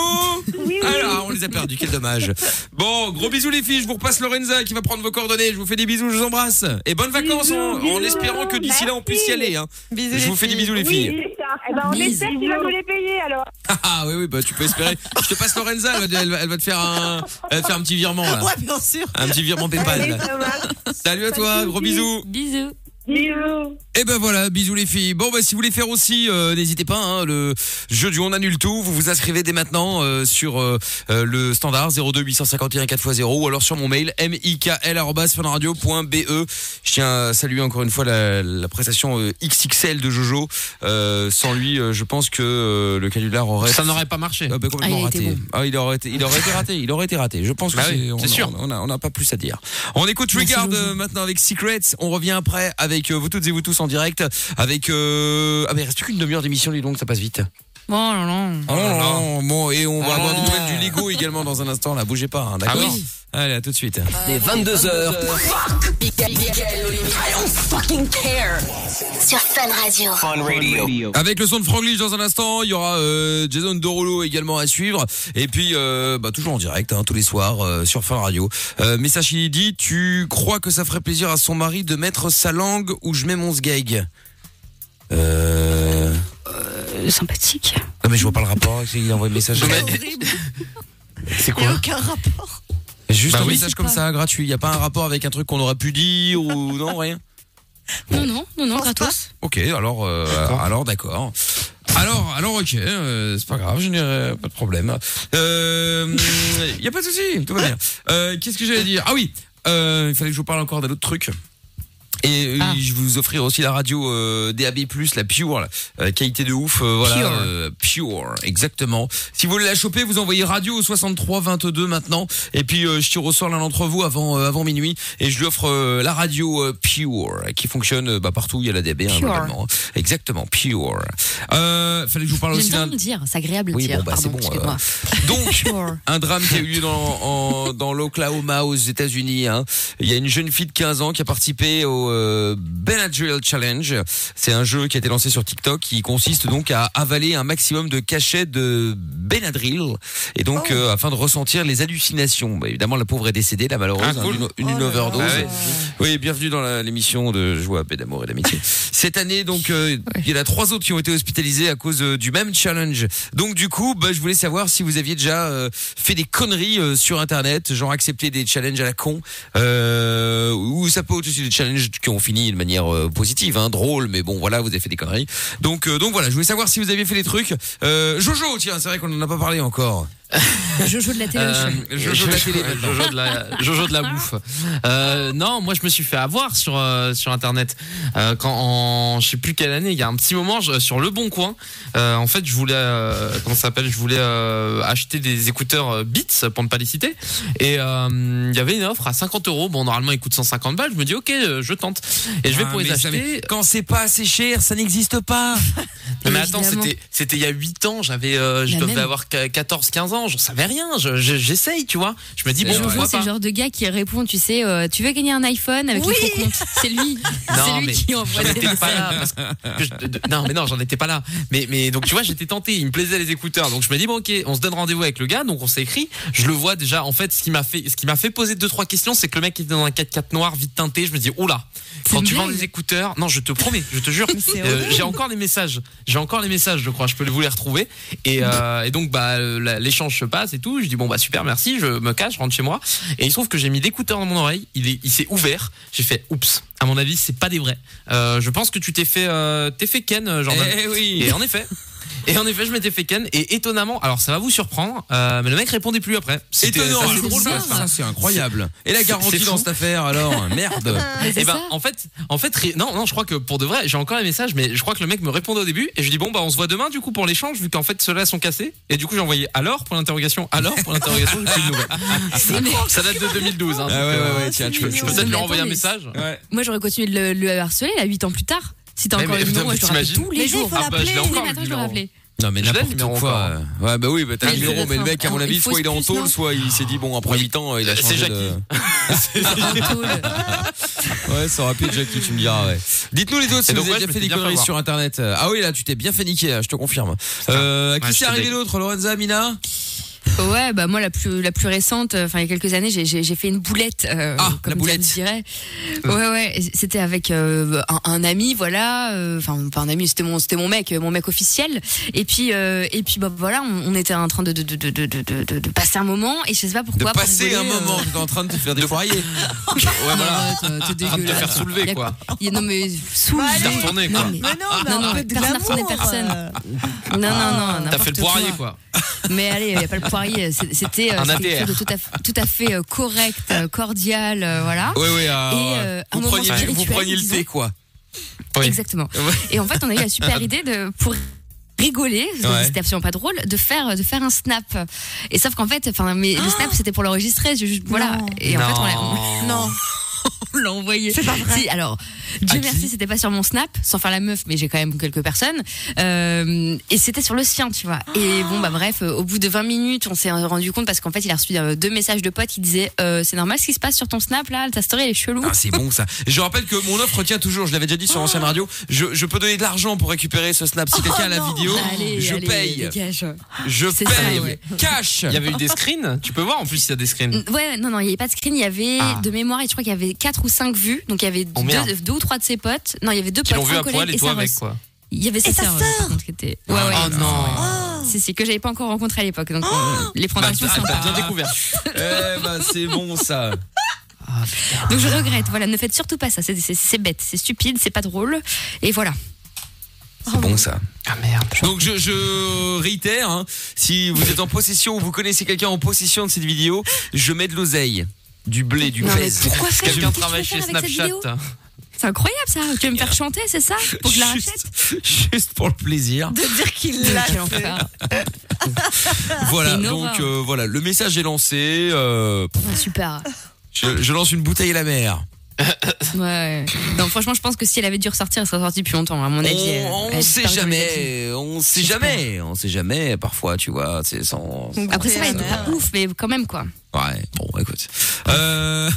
[SPEAKER 9] oui.
[SPEAKER 1] Alors, on les a perdus, quel dommage. Bon, gros bisous les filles, je vous repasse Lorenza qui va prendre vos coordonnées. Je vous fais des bisous, je vous embrasse. Et bonnes vacances hein,
[SPEAKER 9] Bisous,
[SPEAKER 1] en, en
[SPEAKER 9] bisous,
[SPEAKER 1] espérant que d'ici là on puisse y
[SPEAKER 9] merci.
[SPEAKER 1] aller. hein.
[SPEAKER 8] Bisous.
[SPEAKER 1] Je vous fais des bisous les filles.
[SPEAKER 9] Oui, c'est ça. Eh ben, on
[SPEAKER 5] Bisous.
[SPEAKER 9] espère qu'il va nous les payer, alors.
[SPEAKER 1] Ah, Ah oui, oui, bah tu peux espérer. Je te passe Lorenza, elle va, elle va- elle va te faire un, elle va te faire un petit virement là.
[SPEAKER 8] Ah Ouais, bien sûr.
[SPEAKER 1] Un petit virement Paypal.
[SPEAKER 9] Allez,
[SPEAKER 1] là.
[SPEAKER 9] ça marche.
[SPEAKER 1] Salut à toi, gros bisous.
[SPEAKER 5] Bisous.
[SPEAKER 9] Bisous.
[SPEAKER 1] Et ben voilà, bisous les filles. Bon bah si vous voulez faire aussi, euh, n'hésitez pas. hein, le jeu du on annule tout, vous vous inscrivez dès maintenant euh, sur euh, euh, le standard 02 851 4x0 ou alors sur mon mail mikl@funradio.be. e. Je tiens à saluer encore une fois la, la prestation euh, XXL de Jojo. Euh, sans lui, euh, je pense que euh, le canular aurait
[SPEAKER 2] Ça n'aurait pas marché.
[SPEAKER 1] Ah bah, complètement
[SPEAKER 5] Ah, il a
[SPEAKER 1] raté.
[SPEAKER 5] été bon.
[SPEAKER 1] Ah, il aurait été, il aurait été raté. Il aurait été raté. Je pense
[SPEAKER 2] Bah
[SPEAKER 1] que
[SPEAKER 2] oui,
[SPEAKER 1] on-
[SPEAKER 2] c'est sûr.
[SPEAKER 1] On n'a on n'a pas plus à dire. On écoute
[SPEAKER 5] Merci,
[SPEAKER 1] Regarde
[SPEAKER 5] Jojo.
[SPEAKER 1] euh, maintenant avec Secrets. On revient après avec euh, vous toutes et vous tous en direct. Avec euh... ah mais il reste qu'une demi-heure d'émission, dis donc ça passe vite.
[SPEAKER 5] Oh là là.
[SPEAKER 1] Oh,
[SPEAKER 2] là là.
[SPEAKER 1] bon et on va
[SPEAKER 2] Oh là
[SPEAKER 1] avoir des
[SPEAKER 2] là.
[SPEAKER 1] nouvelles du Lego également dans un instant. Là, bougez pas, hein, d'accord.
[SPEAKER 2] Ah oui.
[SPEAKER 1] Allez, à tout de suite.
[SPEAKER 6] Dès 22h,
[SPEAKER 10] Sur Fun Radio.
[SPEAKER 1] Avec le son de Franglish dans un instant, il y aura euh, Jason Dorolo également à suivre. Et puis, euh, bah, toujours en direct, hein, tous les soirs euh, sur Fin Radio. Euh, message qui dit, tu crois que ça ferait plaisir à son mari de mettre sa langue où je mets mon sgeg Euh...
[SPEAKER 5] Euh, sympathique.
[SPEAKER 1] Non mais je vois pas le rapport, il envoie un message.
[SPEAKER 8] Horrible.
[SPEAKER 2] C'est
[SPEAKER 8] Il n'y a aucun rapport.
[SPEAKER 1] Juste
[SPEAKER 2] Bah
[SPEAKER 1] un
[SPEAKER 2] oui.
[SPEAKER 1] message comme ça, gratuit. Il y a pas un rapport avec un truc qu'on aurait pu dire ou non, rien
[SPEAKER 5] Non, non, non, non, gratos.
[SPEAKER 1] Ok, alors, euh, alors d'accord. Alors, alors, ok, euh, c'est pas grave, je n'ai euh, pas de problème. Euh, y a pas de souci, tout va bien. Euh, Qu'est-ce que j'allais dire Ah oui, euh, il fallait que je vous parle encore d'un autre truc. Et euh,
[SPEAKER 5] Ah.
[SPEAKER 1] je vous offrir aussi la radio euh, DAB+, la Pure, là, euh, qualité de ouf, euh, voilà,
[SPEAKER 5] Pure.
[SPEAKER 1] euh, pure, exactement. Si vous voulez la choper, vous envoyez radio au 63 22 maintenant, et puis euh, je tire au sort l'un d'entre vous avant euh, avant minuit, et je lui offre euh, la radio euh, Pure, qui fonctionne euh, bah, partout où il y a la DAB, hein,
[SPEAKER 5] Pure.
[SPEAKER 1] globalement. exactement, Pure. Euh, fallait que je vous parle
[SPEAKER 5] J'aime
[SPEAKER 1] aussi d'un...
[SPEAKER 5] bien le dire, c'est agréable de
[SPEAKER 1] Oui,
[SPEAKER 5] dire.
[SPEAKER 1] bon, bah, c'est
[SPEAKER 5] Pardon,
[SPEAKER 1] bon,
[SPEAKER 5] excuse-moi.
[SPEAKER 1] Donc,
[SPEAKER 5] Sure.
[SPEAKER 1] un drame qui a eu lieu dans, en- dans l'Oklahoma aux États-Unis. hein. Il y a une jeune fille de 15 ans qui a participé au euh, Benadryl Challenge. C'est un jeu qui a été lancé sur TikTok qui consiste donc à avaler un maximum de cachets de Benadryl et donc
[SPEAKER 8] Oh.
[SPEAKER 1] euh, afin de ressentir les hallucinations. Bah, évidemment, la pauvre est décédée, la malheureuse,
[SPEAKER 2] Ah,
[SPEAKER 1] hein,
[SPEAKER 2] cool.
[SPEAKER 1] d'une- une,
[SPEAKER 8] Oh là
[SPEAKER 1] overdose.
[SPEAKER 2] là. Ah ouais.
[SPEAKER 1] Oui, bienvenue dans la- l'émission de Joie, paix, d'amour et d'amitié. Cette année, donc, euh, il y en a trois autres qui ont été hospitalisés à cause euh, du même challenge. Donc, du coup, bah, je voulais savoir si vous aviez déjà euh, fait des conneries euh, sur Internet, genre accepter des challenges à la con, euh, ou ça peut être aussi des challenges qui ont fini de manière euh, positive, hein, drôle, mais bon, voilà, vous avez fait des conneries. Donc, euh, donc voilà, je voulais savoir si vous aviez fait des trucs. Euh, Jojo, tiens, c'est vrai qu'on en a pas parlé encore.
[SPEAKER 5] Jojo de la télé.
[SPEAKER 2] Euh,
[SPEAKER 1] Jojo de la télé, maintenant.
[SPEAKER 2] Jojo de la, Jojo de la bouffe. Euh, non, moi je me suis fait avoir sur euh, sur internet Euh, quand en je sais plus quelle année, il y a un petit moment je- sur le bon coin. euh, en fait, je voulais euh, comment ça s'appelle Je voulais euh, acheter des écouteurs euh, Beats pour ne pas les citer et euh, il y avait une offre à 50 euros. Bon, normalement ils coûtent 150 balles. Je me dis ok, euh, je tente et je vais
[SPEAKER 1] Ah,
[SPEAKER 2] pour les
[SPEAKER 1] mais ça,
[SPEAKER 2] acheter.
[SPEAKER 1] mais Quand c'est pas assez cher, ça n'existe pas.
[SPEAKER 2] Non, mais attends,
[SPEAKER 5] Évidemment.
[SPEAKER 2] c'était c'était il y a 8 ans, j'avais euh, je
[SPEAKER 5] La
[SPEAKER 2] devais
[SPEAKER 5] même.
[SPEAKER 2] avoir 14 15 ans, j'en savais rien, je- je- j'essaye, tu vois. Je me dis
[SPEAKER 1] C'est
[SPEAKER 2] bon,
[SPEAKER 1] vrai.
[SPEAKER 2] pourquoi
[SPEAKER 5] Jojo, c'est
[SPEAKER 2] pas.
[SPEAKER 5] le genre de gars qui répond, tu sais, euh, tu veux gagner un iPhone avec
[SPEAKER 7] Oui.
[SPEAKER 5] les faux comptes. C'est lui. C'est lui
[SPEAKER 2] mais
[SPEAKER 5] qui envoie
[SPEAKER 2] j'en
[SPEAKER 5] des
[SPEAKER 2] étais pas
[SPEAKER 5] messages.
[SPEAKER 2] là parce que je- de- de- non mais non j'en étais pas là mais mais donc tu vois j'étais tenté il me plaisait les écouteurs donc je me dis bon ok on se donne rendez-vous avec le gars donc on s'est écrit je le vois déjà en fait ce qui m'a fait ce qui m'a fait poser deux trois questions c'est que le mec était dans un 4x4 noir vite teinté je me dis oula
[SPEAKER 5] C'est
[SPEAKER 2] quand tu
[SPEAKER 5] une
[SPEAKER 2] vends
[SPEAKER 5] blague.
[SPEAKER 2] des écouteurs non je te promets je te jure euh, j'ai encore les messages j'ai encore les messages je crois je peux vous les retrouver et, euh, et donc bah euh, la- l'échange se passe et tout je dis bon bah super merci je me cache je rentre chez moi et il se trouve que j'ai mis l'écouteur dans mon oreille il est il s'est ouvert j'ai fait oups à mon avis c'est pas des vrais euh, je pense que tu t'es fait euh, t'es fait ken euh, Jordan
[SPEAKER 1] Eh oui.
[SPEAKER 2] et en effet et en effet je m'étais fait ken et étonnamment alors ça va vous surprendre euh, mais le mec répondait plus après C'était-
[SPEAKER 1] Étonnant, hein.
[SPEAKER 2] ça,
[SPEAKER 5] c'est
[SPEAKER 1] c'est drôle,
[SPEAKER 5] bizarre.
[SPEAKER 1] ça, c'est incroyable. Et la
[SPEAKER 2] c'est
[SPEAKER 1] garantie
[SPEAKER 2] fou.
[SPEAKER 1] dans cette affaire, alors Merde.
[SPEAKER 5] Mais
[SPEAKER 2] Et
[SPEAKER 5] c'est
[SPEAKER 2] ben
[SPEAKER 5] ça.
[SPEAKER 2] en fait, en fait, ri- non, non, je crois que pour de vrai, j'ai encore les messages, mais je crois que le mec me répondait au début et je dis bon bah on se voit demain du coup pour l'échange vu qu'en fait ceux-là sont cassés et du coup j'ai envoyé alors pour l'interrogation alors pour l'interrogation j'ai plus de nouvelles. ça date de 2012. Hein, donc,
[SPEAKER 1] Ah ouais,
[SPEAKER 2] euh,
[SPEAKER 1] ouais, ouais, tiens, tu peux.
[SPEAKER 2] Je
[SPEAKER 1] tu
[SPEAKER 2] peux
[SPEAKER 1] peux-
[SPEAKER 2] peut-être
[SPEAKER 5] Mais
[SPEAKER 2] lui renvoyer un
[SPEAKER 5] attendez,
[SPEAKER 2] message.
[SPEAKER 1] Ouais.
[SPEAKER 5] Moi, j'aurais continué de le, le harceler, là, 8 ans plus tard. Si t'as
[SPEAKER 2] Mais-
[SPEAKER 5] encore
[SPEAKER 2] mais
[SPEAKER 5] le numéro,
[SPEAKER 2] putain,
[SPEAKER 5] je te rappelle
[SPEAKER 2] t'imagines
[SPEAKER 5] tous les
[SPEAKER 8] Mais
[SPEAKER 5] jours.
[SPEAKER 8] il faut
[SPEAKER 2] Ah bah, je l'ai
[SPEAKER 8] l'appeler.
[SPEAKER 5] Tous les
[SPEAKER 2] encore
[SPEAKER 5] matins,
[SPEAKER 2] le
[SPEAKER 5] je le
[SPEAKER 2] numéro.
[SPEAKER 5] rappelais.
[SPEAKER 1] Non, mais
[SPEAKER 2] Je l'ai, le
[SPEAKER 1] n'importe
[SPEAKER 2] numéro
[SPEAKER 1] quoi.
[SPEAKER 2] encore.
[SPEAKER 1] Ouais, bah oui, bah t'as
[SPEAKER 5] Ah,
[SPEAKER 1] le
[SPEAKER 5] il
[SPEAKER 1] numéro,
[SPEAKER 5] faut
[SPEAKER 1] mais le mec, à mon
[SPEAKER 5] le
[SPEAKER 1] avis,
[SPEAKER 5] faire.
[SPEAKER 1] soit il est en
[SPEAKER 5] Faut se
[SPEAKER 1] tôle,
[SPEAKER 5] plus,
[SPEAKER 1] soit il s'est dit, bon, après 8 ans, il a
[SPEAKER 2] Euh, C'est
[SPEAKER 1] changé
[SPEAKER 2] Jackie.
[SPEAKER 1] de-
[SPEAKER 5] Tôle.
[SPEAKER 1] Ouais, ça aurait pu être Jackie, tu me diras, ouais. Dites-nous les autres si
[SPEAKER 2] Et
[SPEAKER 1] vous
[SPEAKER 2] donc,
[SPEAKER 1] avez
[SPEAKER 2] ouais, je
[SPEAKER 1] déjà
[SPEAKER 2] me
[SPEAKER 1] fait des
[SPEAKER 2] suis bien fait
[SPEAKER 1] conneries
[SPEAKER 2] avoir.
[SPEAKER 1] sur Internet. Euh, Ah oui, là, tu t'es bien fait niquer, là, je te confirme. Euh, à qui
[SPEAKER 2] Ouais,
[SPEAKER 1] c'est
[SPEAKER 2] j'étais
[SPEAKER 1] arrivé
[SPEAKER 2] deg.
[SPEAKER 1] l'autre, Lorenza, Mina
[SPEAKER 5] Ouais, bah moi la plus la plus récente, euh, enfin il y a quelques années, j'ai- j'ai j'ai fait une boulette, euh,
[SPEAKER 1] Ah,
[SPEAKER 5] comme
[SPEAKER 1] la boulette.
[SPEAKER 5] Diane dirait.
[SPEAKER 2] Euh.
[SPEAKER 5] Ouais ouais, c'était avec euh, un, un ami, voilà, euh, enfin pas un ami, c'était mon c'était mon mec, euh, mon mec officiel. Et puis euh, et puis bah voilà, on, on était en train de de, de, de, de, de- de- de passer un moment et je sais pas
[SPEAKER 1] De
[SPEAKER 5] pourquoi. pour
[SPEAKER 1] passer un
[SPEAKER 5] rigoler, euh,
[SPEAKER 1] moment, j'étais en train de te faire des fourrailler.
[SPEAKER 5] non, non, bah, t'es- t'es
[SPEAKER 2] En train de te
[SPEAKER 5] dégueulasse.
[SPEAKER 2] faire
[SPEAKER 5] Il y
[SPEAKER 2] soulever
[SPEAKER 5] a-
[SPEAKER 2] quoi.
[SPEAKER 5] il y a- Non mais soulever.
[SPEAKER 2] Tu t'es retourné quoi.
[SPEAKER 5] Non, mais-
[SPEAKER 8] Mais non, mais
[SPEAKER 5] Ah, Non,
[SPEAKER 8] un
[SPEAKER 5] non,
[SPEAKER 8] peu de
[SPEAKER 5] personne n'a retourné
[SPEAKER 8] glamour,
[SPEAKER 5] personne.
[SPEAKER 8] euh,
[SPEAKER 5] Non non non,
[SPEAKER 2] Ah, T'as fait
[SPEAKER 5] n'importe
[SPEAKER 2] le poirier
[SPEAKER 5] quoi.
[SPEAKER 2] quoi.
[SPEAKER 5] Mais allez, il n'y a pas le poirier. C'est- C'était euh,
[SPEAKER 2] Un
[SPEAKER 5] c'est quelque
[SPEAKER 2] ATR.
[SPEAKER 5] chose de tout à, f- tout à fait euh, correct, euh, cordial, euh, voilà.
[SPEAKER 1] Ouais, ouais, euh,
[SPEAKER 5] Et, euh, un
[SPEAKER 1] vous,
[SPEAKER 5] moment
[SPEAKER 1] preniez,
[SPEAKER 5] spirituel,
[SPEAKER 1] vous preniez le thé,
[SPEAKER 5] disons.
[SPEAKER 1] quoi.
[SPEAKER 2] Oui.
[SPEAKER 5] Exactement. Et en fait, on a eu la super idée de pour rigoler, parce que
[SPEAKER 1] Ouais.
[SPEAKER 5] c'était absolument pas drôle, de faire de faire un snap. Et sauf qu'en fait, enfin, mais le snap c'était pour l'enregistrer, je- je- voilà.
[SPEAKER 8] Ah Non.
[SPEAKER 5] Et en fait, on l'a-
[SPEAKER 8] Non,
[SPEAKER 5] on l'a envoyé.
[SPEAKER 8] c'est pas vrai.
[SPEAKER 5] Si, alors, Dieu merci, c'était pas sur mon Snap, sans faire la meuf, mais j'ai quand même quelques personnes. Euh, et c'était sur le sien, tu vois. Et bon, bah bref, euh, au bout de 20 minutes, on s'est rendu compte parce qu'en fait, il a reçu euh, deux messages de potes qui disaient euh, C'est normal ce qui se passe sur ton Snap là, ta story elle est chelou.
[SPEAKER 1] Ah, c'est bon ça. Je rappelle que mon offre tient toujours. Je l'avais déjà dit sur
[SPEAKER 5] Oh.
[SPEAKER 1] l'ancienne radio. Je, je peux donner de l'argent pour récupérer ce snap. Si quelqu'un a la vidéo,
[SPEAKER 5] Bah, Allez,
[SPEAKER 1] je
[SPEAKER 5] allez,
[SPEAKER 1] paye.
[SPEAKER 5] dégage.
[SPEAKER 1] Je
[SPEAKER 5] C'est
[SPEAKER 1] paye.
[SPEAKER 5] ça, ouais. Ah,
[SPEAKER 1] Cash.
[SPEAKER 2] Il y avait eu des screens. Tu peux voir en plus il y a des screens.
[SPEAKER 5] Mm, Ouais, non, non, il n'y avait pas de screen. Il y avait
[SPEAKER 2] Ah.
[SPEAKER 5] de mémoire, je crois qu'il y avait 4 ou 5 vues. Donc il y avait
[SPEAKER 2] Oh, merde.
[SPEAKER 5] deux, deux ou trois de ses potes. Non, il y avait deux
[SPEAKER 2] Qui l'ont
[SPEAKER 5] potes,
[SPEAKER 2] vu
[SPEAKER 5] un
[SPEAKER 2] à poil
[SPEAKER 5] collègue
[SPEAKER 2] et
[SPEAKER 5] et
[SPEAKER 2] toi
[SPEAKER 5] sa
[SPEAKER 2] avec
[SPEAKER 5] Ross.
[SPEAKER 2] quoi.
[SPEAKER 5] Il y avait ses
[SPEAKER 8] Et ta
[SPEAKER 5] sœurs,
[SPEAKER 8] sœur
[SPEAKER 5] par contre, qui étaient- Ouais, ouais.
[SPEAKER 2] Oh non.
[SPEAKER 5] Si, si, que j'avais pas encore rencontré à l'époque.
[SPEAKER 8] Oh.
[SPEAKER 5] Donc, euh, les prendre
[SPEAKER 2] Bah,
[SPEAKER 5] à chaud,
[SPEAKER 2] t'as
[SPEAKER 5] c'est
[SPEAKER 2] t'as
[SPEAKER 5] sympa.
[SPEAKER 2] bien découvert.
[SPEAKER 1] Eh ben, c'est bon ça.
[SPEAKER 2] bah.
[SPEAKER 5] Donc, je regrette. Voilà, ne faites surtout pas ça. C'est- C'est c'est bête, c'est stupide, c'est pas drôle. Et voilà.
[SPEAKER 1] C'est bon ça.
[SPEAKER 2] Ah merde.
[SPEAKER 1] Donc je, je réitère, hein, si vous êtes en possession ou vous connaissez quelqu'un en possession de cette vidéo, je mets de l'oseille, du blé, du
[SPEAKER 5] Non, mais
[SPEAKER 1] pèse.
[SPEAKER 5] pourquoi faire
[SPEAKER 2] Quelqu'un
[SPEAKER 5] Qu'est-ce que tu
[SPEAKER 2] travaille
[SPEAKER 5] veux
[SPEAKER 2] chez
[SPEAKER 5] faire avec cette
[SPEAKER 2] Snapchat.
[SPEAKER 5] vidéo C'est incroyable ça. Tu veux me faire chanter, c'est ça Pour que je la rachète
[SPEAKER 1] juste, juste pour le plaisir.
[SPEAKER 8] de dire qu'il l'a
[SPEAKER 5] Quel
[SPEAKER 8] fait.
[SPEAKER 5] enfer.
[SPEAKER 1] Voilà,
[SPEAKER 5] Bah, C'est une
[SPEAKER 1] donc
[SPEAKER 5] horreur.
[SPEAKER 1] euh, voilà, le message est lancé. euh,
[SPEAKER 5] Ouais, Super.
[SPEAKER 1] je, je lance une bouteille à la mer.
[SPEAKER 5] Ouais. Non, franchement, je pense que si elle avait dû ressortir, elle serait sortie depuis longtemps, à mon avis. euh,
[SPEAKER 1] on
[SPEAKER 5] elle
[SPEAKER 1] on
[SPEAKER 5] a
[SPEAKER 1] sait
[SPEAKER 5] disparu dans les papiers.
[SPEAKER 1] jamais, on sait
[SPEAKER 5] J'espère. Mm.
[SPEAKER 1] jamais, on sait jamais. Parfois, tu vois, c'est sans. sans-
[SPEAKER 5] Après, ça va
[SPEAKER 8] Ouais,
[SPEAKER 5] être
[SPEAKER 8] ouais.
[SPEAKER 5] pas ouf, mais quand même, quoi.
[SPEAKER 1] Ouais, bon, écoute. Euh,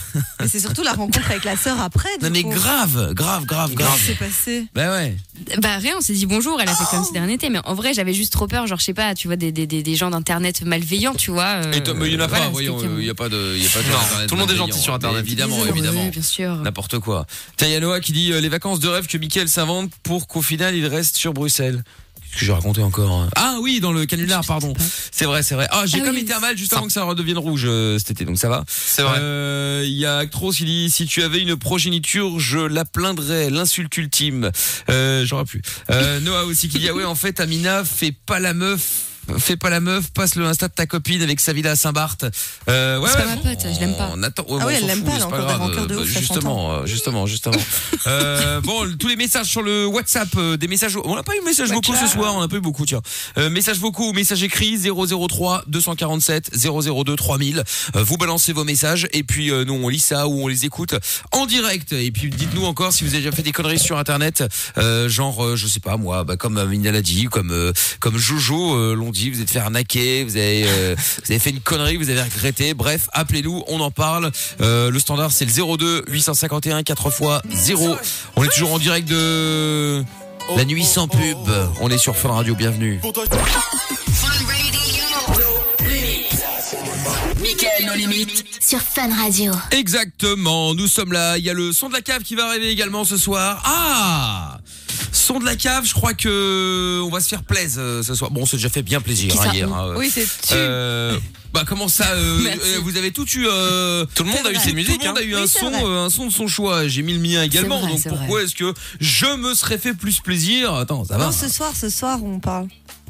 [SPEAKER 8] Et c'est surtout la rencontre avec la sœur après.
[SPEAKER 1] non
[SPEAKER 8] du
[SPEAKER 1] mais
[SPEAKER 8] coup.
[SPEAKER 1] grave, grave, grave,
[SPEAKER 8] Qu'est-ce qui
[SPEAKER 1] grave.
[SPEAKER 8] s'est passé
[SPEAKER 1] Bah ouais.
[SPEAKER 5] Bah rien, on s'est dit bonjour, elle a fait comme si dernier été, mais en vrai j'avais juste trop peur, genre je sais pas, tu vois, des, des, des, des gens d'internet malveillants, tu vois. euh,
[SPEAKER 1] Et toi, mais il y en a
[SPEAKER 5] voilà,
[SPEAKER 1] pas,
[SPEAKER 5] c'est
[SPEAKER 1] voyons,
[SPEAKER 5] quelqu'un-
[SPEAKER 1] il y a pas de, il y a pas de
[SPEAKER 2] Non,
[SPEAKER 1] Internet
[SPEAKER 2] tout le monde est
[SPEAKER 1] malveillant,
[SPEAKER 2] gentil sur Internet.
[SPEAKER 1] mais Évidemment,
[SPEAKER 5] Oui,
[SPEAKER 1] évidemment.
[SPEAKER 5] bien sûr.
[SPEAKER 1] N'importe quoi. Tiens, il y a Noah qui dit euh, les vacances de rêve que Mickaël s'invente pour qu'au final il reste sur Bruxelles. Qu'est-ce que j'ai raconté encore hein Ah oui, dans le canular, pardon. C'est vrai, c'est vrai. Ah, j'ai
[SPEAKER 5] Ah
[SPEAKER 1] comme
[SPEAKER 5] oui.
[SPEAKER 1] été à mal juste avant que ça redevienne rouge euh, cet été, donc ça va.
[SPEAKER 2] C'est vrai.
[SPEAKER 1] Euh, Il y a Actros qui dit si tu avais une progéniture, je la plaindrais, l'insulte ultime. Euh, J'aurais plus. Euh, Noah aussi qui dit ah ouais, en fait, Amina fait pas la meuf. Fais pas la meuf, passe le Insta de ta copine avec sa villa à Saint-Barth. Euh, ouais,
[SPEAKER 5] C'est
[SPEAKER 1] ouais,
[SPEAKER 5] pas ma
[SPEAKER 1] bon,
[SPEAKER 5] pote, je l'aime pas.
[SPEAKER 1] On attend,
[SPEAKER 8] Ah
[SPEAKER 1] bon,
[SPEAKER 8] ouais,
[SPEAKER 1] on
[SPEAKER 8] elle
[SPEAKER 1] s'en
[SPEAKER 8] l'aime
[SPEAKER 1] fout,
[SPEAKER 8] pas,
[SPEAKER 1] mais
[SPEAKER 8] elle hein. a
[SPEAKER 1] c'est
[SPEAKER 8] encore des
[SPEAKER 1] grave.
[SPEAKER 8] rancœurs de
[SPEAKER 1] Bah,
[SPEAKER 8] ouf, ça
[SPEAKER 1] justement, euh, justement, justement. euh, bon, le- tous les messages sur le WhatsApp, euh, des messages. On n'a pas eu de
[SPEAKER 8] Bah,
[SPEAKER 1] messages vocaux ce soir, on n'a pas eu beaucoup, tiens. Euh, messages vocaux ou messages écrits 003 247 002 3000. Euh, vous balancez vos messages et puis euh, nous on lit ça ou on les écoute en direct. Et puis dites-nous encore si vous avez déjà fait des conneries sur internet, euh, genre euh, je sais pas moi, bah, comme Amina l'a dit, comme euh, comme Jojo euh, l'ont dit, vous êtes fait arnaquer, vous avez euh, vous avez fait une connerie, vous avez regretté. Bref, appelez-nous, on en parle. Euh, le standard c'est le 02 851 4 x 0. On est toujours en direct de la nuit sans pub. On est sur Fun Radio, bienvenue.
[SPEAKER 6] Mickaël nos limites.
[SPEAKER 10] Sur Fun Radio.
[SPEAKER 1] Exactement, nous sommes là. Il y a le son de la cave qui va arriver également ce soir. Ah Son de la cave, je crois que on va se faire plaisir euh, ce soir. Bon, on s'est déjà fait bien plaisir
[SPEAKER 5] Qui
[SPEAKER 1] hein,
[SPEAKER 5] ça
[SPEAKER 1] hier. hein.
[SPEAKER 8] Oui, c'est tu.
[SPEAKER 1] Euh, bah comment ça euh,
[SPEAKER 5] Merci.
[SPEAKER 1] euh, Vous avez tout eu. euh,
[SPEAKER 2] Tout le monde a eu
[SPEAKER 1] Tout
[SPEAKER 2] ses
[SPEAKER 1] le
[SPEAKER 2] musiques.
[SPEAKER 1] monde a eu
[SPEAKER 8] hein.
[SPEAKER 1] un
[SPEAKER 8] Oui, c'est
[SPEAKER 1] son,
[SPEAKER 8] vrai.
[SPEAKER 1] euh, un son de son choix. J'ai mis le mien également.
[SPEAKER 5] vrai,
[SPEAKER 1] donc
[SPEAKER 5] c'est
[SPEAKER 1] pourquoi est-ce que je me serais fait plus plaisir Attends, ça va.
[SPEAKER 8] Non, ce soir, ce soir, on parle.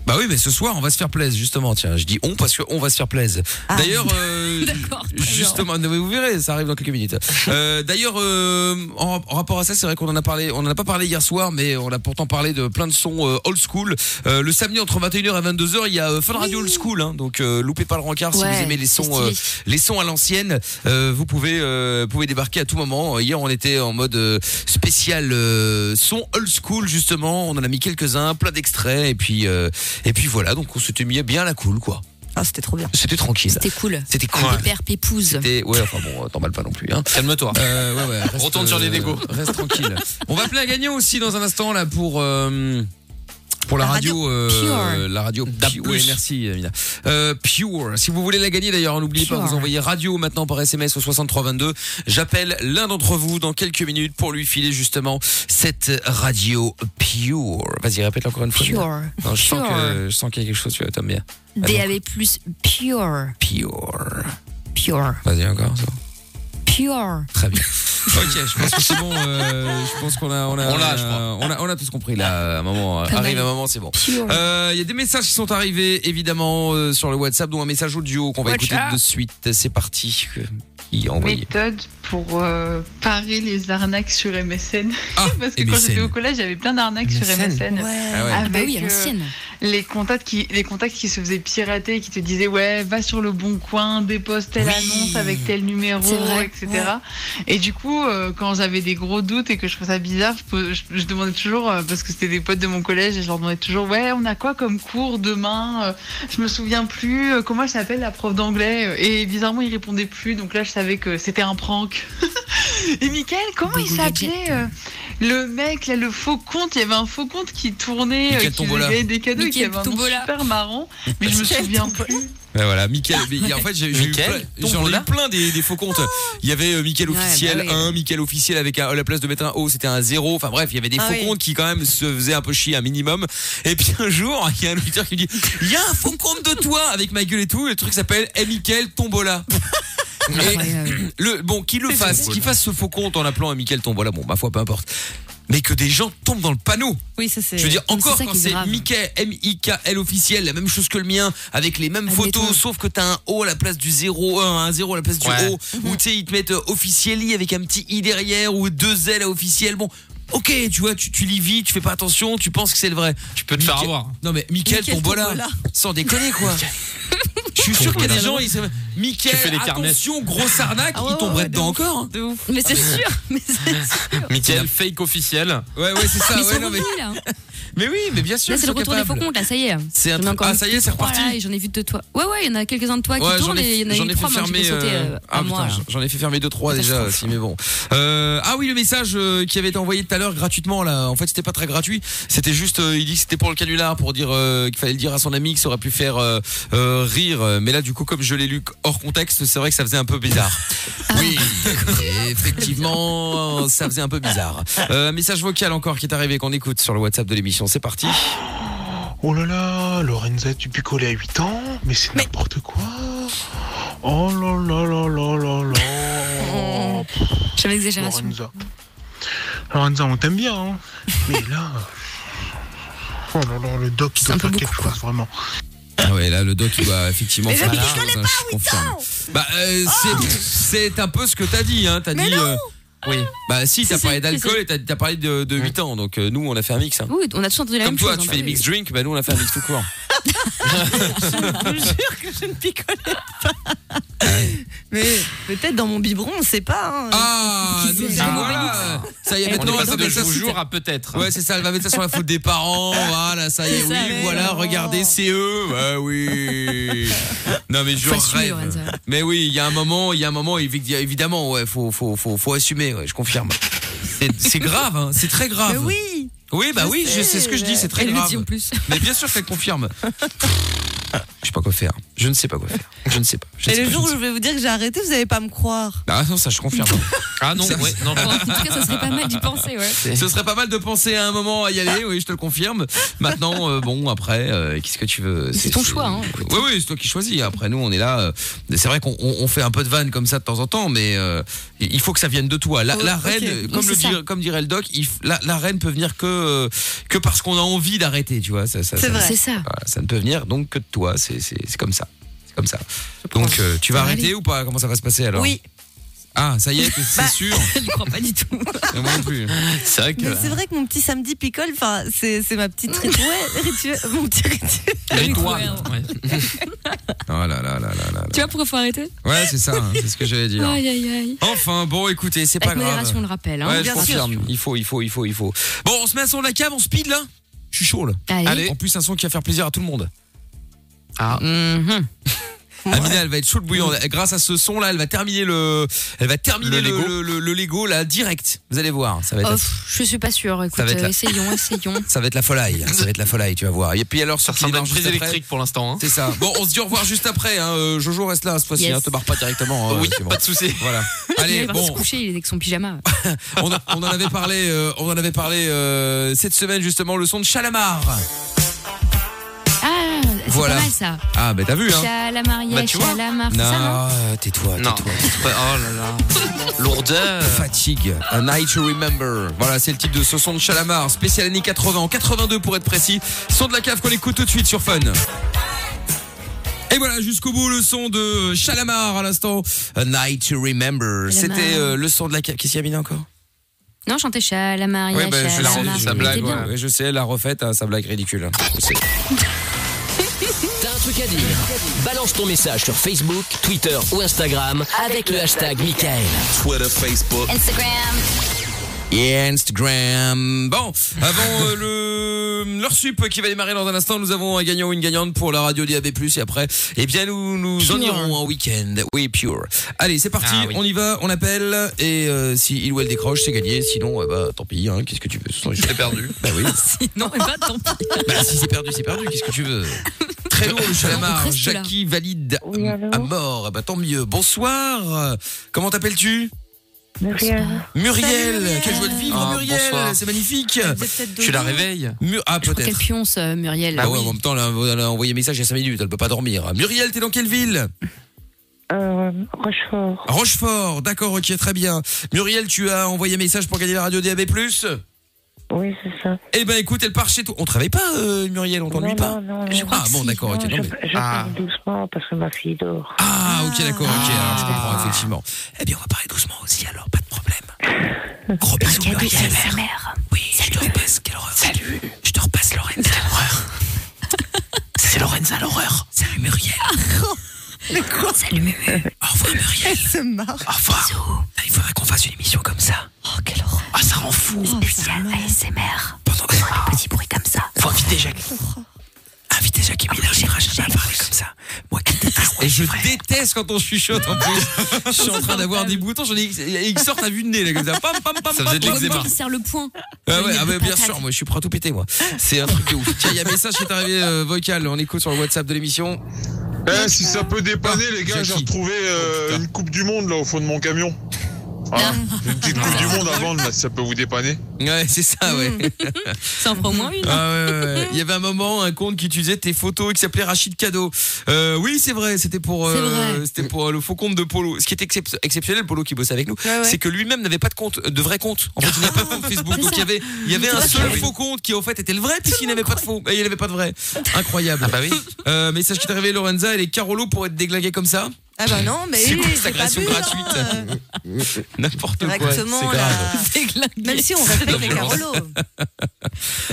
[SPEAKER 1] Bah oui, mais ce soir on va se faire plaisir justement. Tiens, je dis on parce que on va se faire plaisir.
[SPEAKER 8] Ah.
[SPEAKER 1] D'ailleurs, euh,
[SPEAKER 5] D'accord, très bien.
[SPEAKER 1] Justement, non, mais vous verrez, ça arrive dans quelques minutes. Euh, D'ailleurs, euh, en, en rapport à ça, c'est vrai qu'on en a parlé, on en a pas parlé hier soir, mais on a pourtant parlé de plein de sons euh, old school. Euh, le samedi entre 21h et 22h, il y a euh, Fun Radio Old School, hein, donc euh, loupez pas le rencard si vous
[SPEAKER 5] Ouais,
[SPEAKER 1] aimez les
[SPEAKER 5] c'est
[SPEAKER 1] sons,
[SPEAKER 5] stylé.
[SPEAKER 1] euh, les sons à l'ancienne. euh, vous pouvez, euh, pouvez débarquer à tout moment. Hier, on était en mode euh, spécial euh, son old school justement. On en a mis quelques uns, plein d'extraits, et puis euh, et puis voilà. Donc on s'était mis bien à la cool, quoi.
[SPEAKER 8] Ah, c'était trop bien.
[SPEAKER 1] C'était tranquille.
[SPEAKER 5] C'était cool.
[SPEAKER 1] C'était cool.
[SPEAKER 5] Pépère, pépouze.
[SPEAKER 1] C'était- Ouais, enfin bon, euh, t'emballes pas non plus. Hein.
[SPEAKER 2] Calme-toi.
[SPEAKER 1] Euh, ouais, ouais, reste,
[SPEAKER 2] Retourne sur les
[SPEAKER 1] euh,
[SPEAKER 2] Lego.
[SPEAKER 1] Reste tranquille. On va appeler un gagnant aussi dans un instant là pour. euh, pour la,
[SPEAKER 8] La
[SPEAKER 1] radio,
[SPEAKER 8] radio
[SPEAKER 1] euh, la radio
[SPEAKER 2] Dab+.
[SPEAKER 1] Pure. Ouais, merci Mina. Euh, Pure. Si vous voulez la gagner d'ailleurs, n'oubliez pas
[SPEAKER 5] Pure.
[SPEAKER 1] vous envoyez radio maintenant par SMS au 6322. J'appelle l'un d'entre vous dans quelques minutes pour lui filer justement cette radio Pure. Vas-y, répète encore une fois. Mina.
[SPEAKER 5] Pure.
[SPEAKER 1] Non, je sens
[SPEAKER 5] Pure.
[SPEAKER 1] que je sens qu'il y a quelque chose tu vois, t'aimes bien.
[SPEAKER 5] DAB+, pure.
[SPEAKER 1] Pure.
[SPEAKER 5] Pure.
[SPEAKER 1] Vas-y encore. c'est bon.
[SPEAKER 5] Pure.
[SPEAKER 1] Très bien. ok, je pense que c'est bon. euh, je pense qu'on a, on a,
[SPEAKER 2] On l'a, je
[SPEAKER 1] euh,
[SPEAKER 2] crois.
[SPEAKER 1] on a, on a tous compris là. À un moment, euh,
[SPEAKER 5] Pas mal.
[SPEAKER 1] arrive un moment, c'est bon.
[SPEAKER 5] Pure.
[SPEAKER 1] Euh, Il y a des messages qui sont arrivés évidemment euh, sur le WhatsApp, dont un message audio qu'on va
[SPEAKER 5] Watch
[SPEAKER 1] écouter
[SPEAKER 5] out.
[SPEAKER 1] de suite. C'est parti. Euh, Il est envoyé.
[SPEAKER 11] méthode pour euh, parer les arnaques sur MSN.
[SPEAKER 1] Ah,
[SPEAKER 11] Parce que quand
[SPEAKER 1] MSN.
[SPEAKER 11] j'étais au collège, j'avais plein d'arnaques sur
[SPEAKER 2] MSN.
[SPEAKER 11] MSN.
[SPEAKER 1] Ah
[SPEAKER 8] Ouais.
[SPEAKER 1] ouais.
[SPEAKER 5] Ah bah
[SPEAKER 11] Avec,
[SPEAKER 5] oui, à
[SPEAKER 11] euh,
[SPEAKER 5] l'ancienne.
[SPEAKER 11] les, contacts qui, les contacts qui se faisaient pirater, qui te disaient Ouais, va sur le bon coin, dépose telle
[SPEAKER 1] Oui.
[SPEAKER 11] annonce avec tel numéro,
[SPEAKER 5] C'est vrai,
[SPEAKER 11] etc. Et du coup, euh, quand j'avais des gros doutes et que je trouvais ça bizarre, je, pos- je- je demandais toujours, euh, parce que c'était des potes de mon collège, et je leur demandais toujours Ouais, on a quoi comme cours demain Euh, Je me souviens plus, euh, comment elle s'appelle la prof d'anglais euh, Et bizarrement, ils répondaient plus, donc là, je savais que c'était un prank. et Mickaël, comment il
[SPEAKER 5] Google
[SPEAKER 11] s'appelait euh, le mec, là, le faux compte, il y avait un faux compte qui tournait,
[SPEAKER 1] Mickaël
[SPEAKER 11] euh, qui
[SPEAKER 1] Tombola.
[SPEAKER 11] faisait des cadeaux, et qui
[SPEAKER 5] Mickaël
[SPEAKER 11] avait un nom
[SPEAKER 5] Tombola.
[SPEAKER 11] super marrant, mais je me souviens plus.
[SPEAKER 1] Ben voilà, Mickaël. mais il y a- en fait, j'ai j'ai eu
[SPEAKER 2] Mickaël,
[SPEAKER 1] plein, j'en ai eu
[SPEAKER 2] tombola.
[SPEAKER 1] plein des, des faux comptes. Il y avait euh, Mickaël
[SPEAKER 5] Ouais,
[SPEAKER 1] officiel
[SPEAKER 5] bah oui.
[SPEAKER 1] 1, Mickaël officiel avec un, à la place de mettre un O, c'était un 0. Enfin bref, il y avait des
[SPEAKER 8] Ah
[SPEAKER 1] faux
[SPEAKER 8] oui.
[SPEAKER 1] comptes qui quand même se faisaient un peu chier un minimum. Et puis un jour, il y a un auditeur qui me dit "Il y a un faux compte de toi avec ma gueule et tout, le truc s'appelle "Eh, Mickaël Tombola." Et
[SPEAKER 5] Incroyable.
[SPEAKER 1] le bon, qui le fasse, qui fasse ce faux compte en appelant un Mickaël Tombola, bon, ma foi peu importe. Mais que des gens tombent dans le panneau.
[SPEAKER 8] Oui, ça c'est.
[SPEAKER 1] Je veux dire,
[SPEAKER 5] Mais
[SPEAKER 1] encore
[SPEAKER 5] c'est ça
[SPEAKER 1] quand
[SPEAKER 5] qui est
[SPEAKER 1] c'est
[SPEAKER 5] grave.
[SPEAKER 1] Mickey, M-I-K-L officiel, la même chose que le mien, avec les mêmes
[SPEAKER 5] Admettons.
[SPEAKER 1] photos, sauf que t'as un O à la place du 0, un 0 à la place du
[SPEAKER 2] Ouais.
[SPEAKER 1] O,
[SPEAKER 5] Mhm.
[SPEAKER 1] ou tu sais, ils te mettent euh, officieli avec un petit I derrière, ou deux L à officiel. Bon, ok, tu vois, tu, tu lis vite, tu fais pas attention, tu penses que c'est le vrai.
[SPEAKER 2] Tu peux te faire
[SPEAKER 1] Mickaël-
[SPEAKER 2] avoir.
[SPEAKER 1] Non mais Mickaël,
[SPEAKER 8] Mickaël
[SPEAKER 1] ton bola,
[SPEAKER 8] Tombola.
[SPEAKER 1] sans déconner quoi. Je suis sûr qu'il y a des gens, ils savent- Mickaël,
[SPEAKER 2] Tu fais les kermesses.
[SPEAKER 1] attention, grosse
[SPEAKER 5] Ah
[SPEAKER 1] arnaque, il tomberait dedans encore. hein.
[SPEAKER 5] Mais c'est sûr. Mais c'est
[SPEAKER 2] Michael, fake officiel.
[SPEAKER 1] Ouais, ouais, c'est ça.
[SPEAKER 5] mais ils
[SPEAKER 1] Bah ouais,
[SPEAKER 5] sont
[SPEAKER 1] non, mais...
[SPEAKER 5] revenus, là.
[SPEAKER 1] mais oui, mais bien sûr.
[SPEAKER 5] Là, c'est le
[SPEAKER 1] ils sont
[SPEAKER 5] retour des faux
[SPEAKER 1] capables.
[SPEAKER 5] comptes, là, ça y est.
[SPEAKER 1] C'est un
[SPEAKER 5] J'en ai
[SPEAKER 1] truc-
[SPEAKER 5] encore
[SPEAKER 1] Ah,
[SPEAKER 5] une
[SPEAKER 1] ça y est,
[SPEAKER 5] petite
[SPEAKER 1] c'est
[SPEAKER 5] trois,
[SPEAKER 1] reparti.
[SPEAKER 5] là, et J'en ai vu deux, toi. Ouais, ouais, il y en a quelques-uns de toi qui
[SPEAKER 1] Ouais,
[SPEAKER 5] tournent
[SPEAKER 1] j'en ai,
[SPEAKER 5] et il y en a
[SPEAKER 1] j'en
[SPEAKER 5] eu
[SPEAKER 1] ai
[SPEAKER 5] trois
[SPEAKER 1] fait
[SPEAKER 5] maintenant qui
[SPEAKER 1] fermer.
[SPEAKER 5] sont sautés
[SPEAKER 1] euh,
[SPEAKER 5] euh,
[SPEAKER 1] ah,
[SPEAKER 5] à moi.
[SPEAKER 1] putain,
[SPEAKER 5] là.
[SPEAKER 1] j'en ai fait fermer deux trois déjà aussi, mais bon. Euh, ah oui, le message euh, qui avait été envoyé tout à l'heure gratuitement là. En fait, c'était pas très gratuit. C'était juste, euh, il dit que c'était pour le canular, pour dire euh, qu'il fallait le dire à son ami, que ça aurait pu faire euh, euh, rire. Mais là, du coup, comme je l'ai lu hors contexte, c'est vrai que ça faisait un peu bizarre.
[SPEAKER 5] Ah.
[SPEAKER 1] Oui, effectivement, ça faisait un peu bizarre. Euh, un message vocal encore qui est arrivé qu'on écoute sur le WhatsApp de l'émission. C'est parti.
[SPEAKER 10] Oh là là, Lorenza, tu picolais à 8 ans, mais c'est n'importe quoi. Oh là là là là là là.
[SPEAKER 5] J'avais l'exagération.
[SPEAKER 10] Lorenza. Lorenza, on t'aime bien, hein. Mais là. Oh là là, le doc, il doit faire quelque chose, vraiment.
[SPEAKER 1] Ah ouais, là, le doc, il doit effectivement
[SPEAKER 10] Mais
[SPEAKER 1] faire
[SPEAKER 10] je
[SPEAKER 1] quelque
[SPEAKER 10] picole
[SPEAKER 1] chose, hein, je confirme. Bah, euh, c'est c'est un peu ce que t'as dit, hein. T'as dit. euh, oui. Bah, si, t'as parlé d'alcool et t'as t'as parlé de, de 8 ans, donc euh, nous, on a fait un mix. Hein.
[SPEAKER 5] Oui, on a tous entendu la
[SPEAKER 1] Comme
[SPEAKER 5] même
[SPEAKER 1] toi,
[SPEAKER 5] chose,
[SPEAKER 1] tu
[SPEAKER 5] hein,
[SPEAKER 1] fais des
[SPEAKER 5] bah oui.
[SPEAKER 1] mix drinks, bah nous, on a fait un mix tout court.
[SPEAKER 8] Je vous jure que je ne picolais pas. Mais peut-être dans mon biberon, on sait pas. hein.
[SPEAKER 1] Ah, nous, ah, voilà. Ça y est,
[SPEAKER 2] On
[SPEAKER 1] maintenant,
[SPEAKER 2] est
[SPEAKER 1] elle
[SPEAKER 2] passé
[SPEAKER 1] va
[SPEAKER 2] de
[SPEAKER 1] mettre ça sous-
[SPEAKER 2] jour à peut-être.
[SPEAKER 1] Ouais, c'est ça, elle va mettre ça sur la faute des parents. Voilà, ça y est,
[SPEAKER 2] C'est
[SPEAKER 1] oui,
[SPEAKER 2] ça, mais
[SPEAKER 1] voilà,
[SPEAKER 2] non.
[SPEAKER 1] regardez, c'est eux. Bah oui. Non, mais je
[SPEAKER 2] Faut assumer,
[SPEAKER 1] rêve.
[SPEAKER 5] hein,
[SPEAKER 2] Lorenza.
[SPEAKER 1] Mais oui, il y a un moment, il y a un moment, évi- évidemment, ouais, faut, faut, faut, faut assumer, ouais, je confirme. C'est- C'est grave, hein, c'est très grave.
[SPEAKER 5] Mais oui.
[SPEAKER 1] Oui, bah
[SPEAKER 5] Je
[SPEAKER 1] oui, je-
[SPEAKER 5] sais,
[SPEAKER 1] c'est ce que je dis, c'est très
[SPEAKER 5] elle
[SPEAKER 1] grave.
[SPEAKER 5] le dit en plus.
[SPEAKER 1] Mais bien sûr qu'elle confirme. Je sais pas quoi faire. Je ne sais pas quoi faire. Je ne sais pas. Je ne
[SPEAKER 8] Et
[SPEAKER 1] sais
[SPEAKER 8] le
[SPEAKER 1] pas, je
[SPEAKER 8] jour
[SPEAKER 1] ne
[SPEAKER 8] où
[SPEAKER 1] sais
[SPEAKER 8] je vais vous dire que j'ai arrêté, vous n'allez pas me croire.
[SPEAKER 1] pas. Ah non, ça je confirme. Ah non, ouais, non.
[SPEAKER 5] En tout cas, ça serait pas mal d'y penser, ouais.
[SPEAKER 1] Ce serait pas mal de penser à un moment à y aller, oui, je te le confirme. Maintenant, euh, bon, après, euh, qu'est-ce que tu veux
[SPEAKER 5] C'est ton choix, hein.
[SPEAKER 1] Oui, oui, c'est toi qui choisis. Après, nous, on est là. euh, c'est vrai qu'on on- on fait un peu de vanne comme ça de temps en temps, mais euh, il faut que ça vienne de toi. La,
[SPEAKER 2] Oh,
[SPEAKER 1] la
[SPEAKER 2] ok.
[SPEAKER 1] reine,
[SPEAKER 2] Oui,
[SPEAKER 1] comme,
[SPEAKER 2] c'est
[SPEAKER 1] le
[SPEAKER 2] ça.
[SPEAKER 1] dir- comme dirait le doc, il f- la, la reine peut venir que, euh, que parce qu'on a envie d'arrêter, tu vois. Ça, ça,
[SPEAKER 5] C'est
[SPEAKER 1] ça-
[SPEAKER 5] vrai. C'est ça.
[SPEAKER 1] voilà, ça ne peut venir donc que de toi. C'est c'est- c'est comme ça. C'est comme ça. Donc, euh, tu vas
[SPEAKER 5] Allez.
[SPEAKER 1] arrêter ou pas Comment ça va se passer alors
[SPEAKER 8] Oui.
[SPEAKER 1] Ah, ça y est, c'est sûr.
[SPEAKER 5] Bah, Je ne crois pas du tout.
[SPEAKER 1] Mais Moi non plus. C'est vrai
[SPEAKER 8] Mais c'est vrai que mon petit samedi picole, enfin, c'est c'est ma petite rituel, rituel, mon petit rituel.
[SPEAKER 1] Rituel. Oh là là là là là.
[SPEAKER 5] Tu vois pourquoi faut arrêter
[SPEAKER 1] Ouais, c'est ça, hein, c'est ce que j'allais dire.
[SPEAKER 5] Aïe, aïe, aïe.
[SPEAKER 1] Enfin, bon, écoutez, c'est pas
[SPEAKER 5] Avec
[SPEAKER 1] grave.
[SPEAKER 5] modération, on le rappelle. hein.
[SPEAKER 1] ouais, je confirme. Il faut, il faut, il faut, il faut. Bon, on se met à son de la cave, on speed là Je suis chaud là.
[SPEAKER 5] Allez.
[SPEAKER 1] En plus, un son qui va faire plaisir à tout le monde. Ah.
[SPEAKER 5] Mhm.
[SPEAKER 1] Amina, elle va être chaude bouillante. Grâce à ce son là, elle va terminer le, elle va terminer le,
[SPEAKER 2] Le Lego.
[SPEAKER 1] le, le- le Lego là direct. Vous allez voir, Bah, ça va être.
[SPEAKER 5] Oh,
[SPEAKER 1] la-
[SPEAKER 5] pff, je suis pas sûre. Écoute,
[SPEAKER 1] Ça va être
[SPEAKER 5] euh,
[SPEAKER 1] la-
[SPEAKER 5] essayons, essayons.
[SPEAKER 1] Ça va être la folie, hein, ça va être la folie, tu vas voir. Et puis alors, ça
[SPEAKER 2] ressemble à une prise électrique
[SPEAKER 1] pour l'instant. hein. C'est ça. Bon, on se dit au revoir juste après. hein. Euh, Jojo reste là cette fois-ci,
[SPEAKER 5] Yes.
[SPEAKER 1] hein, te barre pas directement.
[SPEAKER 2] Oui,
[SPEAKER 1] pas de souci. Voilà.
[SPEAKER 5] il
[SPEAKER 1] Allez,
[SPEAKER 5] va se
[SPEAKER 1] bon,
[SPEAKER 5] coucher, il est avec son pyjama.
[SPEAKER 1] on, en- on en avait parlé, euh, on en avait parlé euh, cette semaine justement le son de Chalamar.
[SPEAKER 5] Ah, c'est
[SPEAKER 1] Voilà.
[SPEAKER 5] pas mal ça.
[SPEAKER 1] Ah, bah t'as vu hein.
[SPEAKER 5] Chalamaria,
[SPEAKER 1] Bah, tu vois.
[SPEAKER 5] chalamar, c'est ça, non
[SPEAKER 1] Non, tais-toi, tais-toi. tais-toi.
[SPEAKER 2] Oh là là.
[SPEAKER 1] Lourdeur. Fatigue. A Night to Remember. Voilà, c'est le titre de ce son de Chalamar. Spécial années 80, 82 pour être précis. Son de la cave qu'on écoute tout de suite sur Fun. Et voilà, jusqu'au bout, le son de Chalamar à l'instant. A Night to Remember.
[SPEAKER 5] Chalamar.
[SPEAKER 1] C'était euh, le son de la cave. Qu'est-ce qu'il y a mis là encore
[SPEAKER 5] Non, chanter Chalamaria,
[SPEAKER 1] Ouais, bah, je la
[SPEAKER 5] chalamar.
[SPEAKER 1] refais, sa
[SPEAKER 5] C'était
[SPEAKER 1] blague.
[SPEAKER 5] bien.
[SPEAKER 1] ouais. Ouais, je sais, elle la refaite, hein, sa blague ridicule. Je sais.
[SPEAKER 6] T'as un truc à dire Balance ton message sur Facebook, Twitter ou Instagram avec le hashtag Michael. Twitter, Facebook.
[SPEAKER 12] Instagram.
[SPEAKER 1] Yeah, Instagram. Bon, avant euh, le leur sup qui va démarrer dans un instant, nous avons un gagnant ou une gagnante pour la radio DAB+. Et après, eh bien nous nous en
[SPEAKER 2] Pure.
[SPEAKER 1] irons en week-end. Oui, pure. Allez, c'est parti. On y va. On appelle et euh, si il ou elle décroche, c'est gagné. Sinon, eh bah tant pis. hein, Qu'est-ce que tu veux Je l'ai perdu. Bah oui.
[SPEAKER 5] Non, mais pas tant pis.
[SPEAKER 1] bah si c'est perdu, c'est perdu. Qu'est-ce que tu veux Très lourd le
[SPEAKER 5] On
[SPEAKER 1] chalamar.
[SPEAKER 5] reste là.
[SPEAKER 1] Jackie valide à mort. Eh Bah tant mieux. Bonsoir. Comment t'appelles-tu
[SPEAKER 13] Muriel.
[SPEAKER 1] Muriel, quelle joie de vivre,
[SPEAKER 2] Ah,
[SPEAKER 1] Muriel,
[SPEAKER 2] bonsoir.
[SPEAKER 1] c'est magnifique.
[SPEAKER 2] Tu la réveilles
[SPEAKER 1] Mu- ah
[SPEAKER 5] Quelle
[SPEAKER 1] peut-être.
[SPEAKER 5] pionce, euh, Muriel.
[SPEAKER 1] Ah ouais, en même temps, elle a, elle a envoyé un message il y a 5 minutes, elle peut pas dormir. Muriel, t'es dans quelle ville
[SPEAKER 13] Euh, Rochefort.
[SPEAKER 1] Rochefort, d'accord, ok, très bien. Muriel, tu as envoyé un message pour gagner la radio DAB+.
[SPEAKER 13] Oui, c'est ça.
[SPEAKER 1] Eh ben écoute, elle part chez toi. On travaille pas, euh, Muriel, on t'ennuie
[SPEAKER 13] non,
[SPEAKER 1] pas
[SPEAKER 13] non, non, non.
[SPEAKER 1] Ah bon, d'accord, ok.
[SPEAKER 13] Non,
[SPEAKER 1] non,
[SPEAKER 13] hein. je
[SPEAKER 1] mais-
[SPEAKER 13] je
[SPEAKER 1] ah.
[SPEAKER 13] parle doucement parce que ma fille dort.
[SPEAKER 1] Ah, ok, d'accord, ok, alors je
[SPEAKER 13] Ah.
[SPEAKER 1] comprends, effectivement. Eh bien, on va parler doucement aussi, alors, pas de problème. Gros bisous, Muriel. Oui, je te repasse, quelle horreur. Salut. Je te repasse Lorenza. Quelle horreur. C'est Lorenza l'horreur. Salut Muriel.
[SPEAKER 8] Mais quoi
[SPEAKER 5] Salut Mumu.
[SPEAKER 13] Ah.
[SPEAKER 1] Au revoir Muriel.
[SPEAKER 8] Elle se marre.
[SPEAKER 1] Au revoir. Putain, Il faudrait qu'on fasse une émission comme ça.
[SPEAKER 5] Oh, quelle horreur.
[SPEAKER 1] Ah, ça rend fou.
[SPEAKER 5] Spécial ASMR.
[SPEAKER 1] Pendant que
[SPEAKER 5] les petits bruits comme ça.
[SPEAKER 1] Faut inviter Jacques. Inviter Jacques Emile, on ira jamais à parler comme ça. Ah, Moi qui déteste. Et je déteste quand on chuchote en plus. je suis en train d'avoir des boutons, j'en ai. et Ils sortent à vue de nez, là, comme ça. Pam, pam, pam,
[SPEAKER 2] Ça
[SPEAKER 1] pam,
[SPEAKER 2] faisait de
[SPEAKER 1] pam,
[SPEAKER 2] l'eczéma.
[SPEAKER 1] pam.
[SPEAKER 5] Qui serre le poing.
[SPEAKER 1] Ah ouais,
[SPEAKER 5] Il y a
[SPEAKER 1] ah
[SPEAKER 5] des
[SPEAKER 1] ouais, bien
[SPEAKER 5] patates.
[SPEAKER 1] sûr, moi je suis prêt à tout péter moi. C'est un truc de ouf. Tiens, il y a un message qui est arrivé euh, vocal en écho sur le WhatsApp de l'émission.
[SPEAKER 10] Eh, si ça peut dépanner, les gars, j'ai retrouvé
[SPEAKER 1] Oh,
[SPEAKER 10] euh, une Coupe du Monde là au fond de mon camion. Hein, une petite Coupe du Monde à vendre là, si ça peut vous dépanner.
[SPEAKER 1] Ouais, c'est ça, ouais.
[SPEAKER 5] Ça en prend au moins une.
[SPEAKER 1] Ah ouais, ouais, ouais. Il y avait un moment un compte qui utilisait tes photos et qui s'appelait Rachid Cadeau. Euh, oui, c'est vrai, c'était pour
[SPEAKER 5] C'est
[SPEAKER 1] euh,
[SPEAKER 5] vrai.
[SPEAKER 1] c'était pour euh, le faux compte de Polo. Ce qui est excep- exceptionnel Polo qui bossait avec nous,
[SPEAKER 5] ouais.
[SPEAKER 1] c'est que lui-même n'avait pas de compte euh, de vrai compte. En fait, il n'avait pas de compte Facebook.
[SPEAKER 5] C'est
[SPEAKER 1] Donc il y
[SPEAKER 5] ça.
[SPEAKER 1] avait il y avait
[SPEAKER 5] C'est
[SPEAKER 1] un
[SPEAKER 5] vrai
[SPEAKER 1] seul
[SPEAKER 5] que-
[SPEAKER 1] faux compte qui en fait était le vrai puisqu'il n'avait pas de faux. Et il n'avait pas de vrai. Incroyable. Ah bah oui. Euh, message qui est arrivé Lorenza, elle est Carolo pour être déglinguée comme ça.
[SPEAKER 8] Ah bah non, mais
[SPEAKER 1] C'est
[SPEAKER 8] oui,
[SPEAKER 1] quoi cette
[SPEAKER 8] j'ai pas
[SPEAKER 1] agression
[SPEAKER 8] bu,
[SPEAKER 1] gratuite
[SPEAKER 8] hein, euh,
[SPEAKER 1] N'importe quoi. C'est
[SPEAKER 8] Directement,
[SPEAKER 1] grave.
[SPEAKER 8] là. Même si on respecte les Carolo.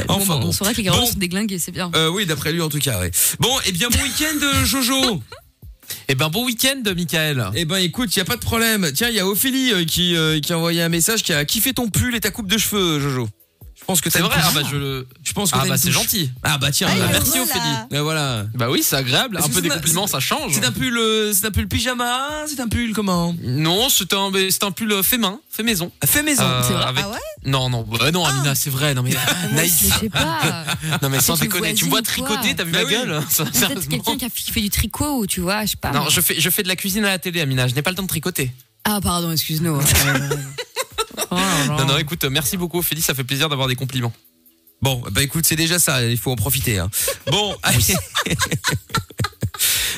[SPEAKER 1] Enfin,
[SPEAKER 5] On
[SPEAKER 1] bon.
[SPEAKER 5] saura que les garçons
[SPEAKER 1] Bon.
[SPEAKER 5] sont déglingués, c'est bien.
[SPEAKER 1] Euh, oui, d'après lui en tout cas, ouais. Bon, et bien bon week-end euh, Jojo.
[SPEAKER 2] Eh ben bon week-end, Michael.
[SPEAKER 1] Eh ben écoute, il y a pas de problème. Tiens, il y a Ophélie euh, qui euh, qui a envoyé un message qui a kiffé ton pull et ta coupe de cheveux, euh, Jojo. Je pense que t'as
[SPEAKER 2] C'est
[SPEAKER 1] une
[SPEAKER 2] vrai, ah
[SPEAKER 1] touche.
[SPEAKER 2] bah je le.
[SPEAKER 1] Je pense que
[SPEAKER 2] Ah
[SPEAKER 1] t'as
[SPEAKER 2] bah
[SPEAKER 1] une
[SPEAKER 2] c'est
[SPEAKER 1] touche.
[SPEAKER 2] gentil.
[SPEAKER 1] Ah bah tiens,
[SPEAKER 2] Ah,
[SPEAKER 1] bah,
[SPEAKER 2] il est
[SPEAKER 1] merci
[SPEAKER 2] drôle,
[SPEAKER 1] Ophélie.
[SPEAKER 2] là.
[SPEAKER 1] Ben voilà.
[SPEAKER 2] Bah oui, c'est agréable.
[SPEAKER 1] Parce
[SPEAKER 2] Un
[SPEAKER 1] que
[SPEAKER 2] peu des
[SPEAKER 1] c'est un-
[SPEAKER 2] compliments, ça change.
[SPEAKER 1] C'est un pull euh, c'est un pull pyjama, c'est un pull comment
[SPEAKER 2] Non, c'est un, mais c'est un pull euh, fait main, fait maison.
[SPEAKER 1] Fait maison,
[SPEAKER 2] Euh,
[SPEAKER 1] c'est vrai. Ah ouais
[SPEAKER 2] Non, non, bah non, Amina, c'est vrai. Non, mais naïf.
[SPEAKER 5] Je sais pas.
[SPEAKER 2] Non, mais sans
[SPEAKER 5] C'est Ah. une
[SPEAKER 2] déconner, tu me vois
[SPEAKER 5] voisine ou quoi
[SPEAKER 2] tricoter, t'as vu
[SPEAKER 1] Bah
[SPEAKER 2] ma
[SPEAKER 1] oui.
[SPEAKER 2] gueule
[SPEAKER 5] Ou Peut-être quelqu'un qui a fait du tricot ou tu vois, je sais pas.
[SPEAKER 2] Non,
[SPEAKER 5] moi.
[SPEAKER 2] je fais, je fais de la cuisine à la télé, Amina, je n'ai pas le temps de tricoter.
[SPEAKER 5] Ah pardon, excuse-nous. Oh,
[SPEAKER 2] Non, non, écoute, euh, merci beaucoup, Ophélie, ça fait plaisir d'avoir des compliments.
[SPEAKER 1] Bon, bah écoute, c'est déjà ça, il faut en profiter. hein. Bon, allez.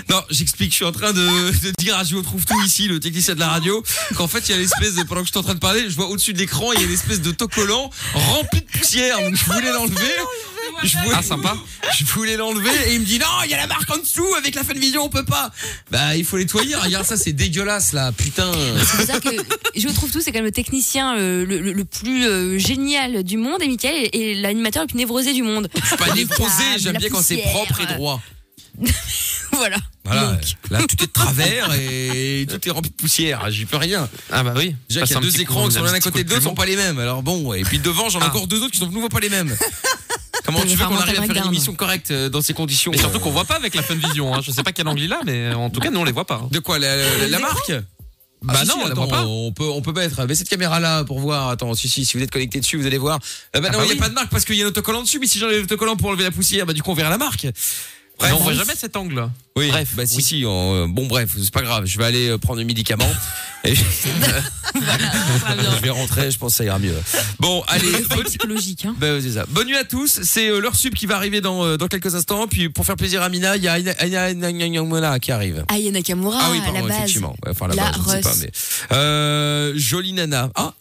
[SPEAKER 1] Non, j'explique, je suis en train de, de dire à Joe Trouve tout ici, le technicien de la radio, qu'en fait, il y a l'espèce de, pendant que je suis en train de parler, je vois au-dessus de l'écran, il y a une espèce de autocollant rempli de poussière. Donc, je voulais l'enlever. Je voulais,
[SPEAKER 2] Ah, sympa.
[SPEAKER 1] Je voulais l'enlever et il me dit non, il y a la marque en dessous avec la fin de vision, on peut pas. Bah, il faut nettoyer. Regarde ça, c'est dégueulasse là, putain.
[SPEAKER 5] C'est bizarre que je trouve tout, c'est quand même le technicien euh, le, le- le plus euh, génial du monde et Michael est, est l'animateur le plus névrosé du monde.
[SPEAKER 1] Je suis pas névrosé, j'aime
[SPEAKER 5] la
[SPEAKER 1] bien quand c'est
[SPEAKER 5] poussière.
[SPEAKER 1] propre et droit.
[SPEAKER 5] voilà.
[SPEAKER 1] Voilà, là tout est de travers et tout est rempli de poussière, hein, j'y peux rien.
[SPEAKER 2] Ah bah oui.
[SPEAKER 1] Déjà
[SPEAKER 2] Passe
[SPEAKER 1] qu'il y a
[SPEAKER 2] un
[SPEAKER 1] deux
[SPEAKER 2] petit
[SPEAKER 1] écrans
[SPEAKER 2] coup,
[SPEAKER 1] qui sont
[SPEAKER 2] un
[SPEAKER 1] l'un à
[SPEAKER 2] petit coup
[SPEAKER 1] côté
[SPEAKER 2] de Ah.
[SPEAKER 1] de l'autre,
[SPEAKER 2] piment.
[SPEAKER 1] sont pas les mêmes. Alors bon, ouais. et puis devant j'en ai encore deux autres qui sont de nouveau pas les mêmes. Comment
[SPEAKER 5] T'as
[SPEAKER 1] tu veux qu'on
[SPEAKER 5] vraiment
[SPEAKER 1] arrive à
[SPEAKER 5] ta
[SPEAKER 1] faire une
[SPEAKER 5] bagarre.
[SPEAKER 1] émission correcte euh, dans ces conditions
[SPEAKER 2] Et surtout
[SPEAKER 1] euh,
[SPEAKER 2] qu'on voit pas avec la fun vision, hein. je sais pas quel angle il a, mais en tout cas, nous on les voit pas. hein.
[SPEAKER 1] De quoi La, la- la
[SPEAKER 2] Les
[SPEAKER 1] marque
[SPEAKER 2] Bah
[SPEAKER 1] Ah, si,
[SPEAKER 2] non,
[SPEAKER 1] si,
[SPEAKER 2] on la
[SPEAKER 1] attends,
[SPEAKER 2] voit pas.
[SPEAKER 1] On peut, on peut mettre mais cette caméra là pour voir. Attends, si, si, si vous êtes connecté dessus, vous allez voir. Ah bah
[SPEAKER 2] Ah
[SPEAKER 1] non, il
[SPEAKER 2] bah
[SPEAKER 1] n'y a
[SPEAKER 2] oui.
[SPEAKER 1] pas de marque parce qu'il y a un autocollant dessus. Mais si j'enlève l'autocollant pour enlever la poussière, bah du coup on verra la marque.
[SPEAKER 2] Mais
[SPEAKER 1] Bref.
[SPEAKER 2] on voit jamais cet angle.
[SPEAKER 1] Oui,
[SPEAKER 2] Bref,
[SPEAKER 1] bah si,
[SPEAKER 2] oui.
[SPEAKER 1] si, on- euh, bon, bref, c'est pas grave, je vais aller euh, prendre le médicament. Et je vais rentrer, je pense que ça ira mieux. Bon, allez, bonne,
[SPEAKER 5] Psychologique, hein.
[SPEAKER 1] bah, ouais, c'est ça. bonne nuit à tous, c'est euh, l'heure sub qui va arriver dans, euh, dans quelques instants. Puis pour faire plaisir à Mina, il y a Aina- Aina- Aina- Aina- Aina- Mona qui arrive.
[SPEAKER 5] Aya Nakamura
[SPEAKER 1] Ah oui,
[SPEAKER 5] à
[SPEAKER 1] pardon,
[SPEAKER 5] la base.
[SPEAKER 1] effectivement. Ouais, Enfin, là-bas,
[SPEAKER 5] La
[SPEAKER 1] je ne sais pas,
[SPEAKER 5] Russ.
[SPEAKER 1] mais. Euh, jolie nana. Ah!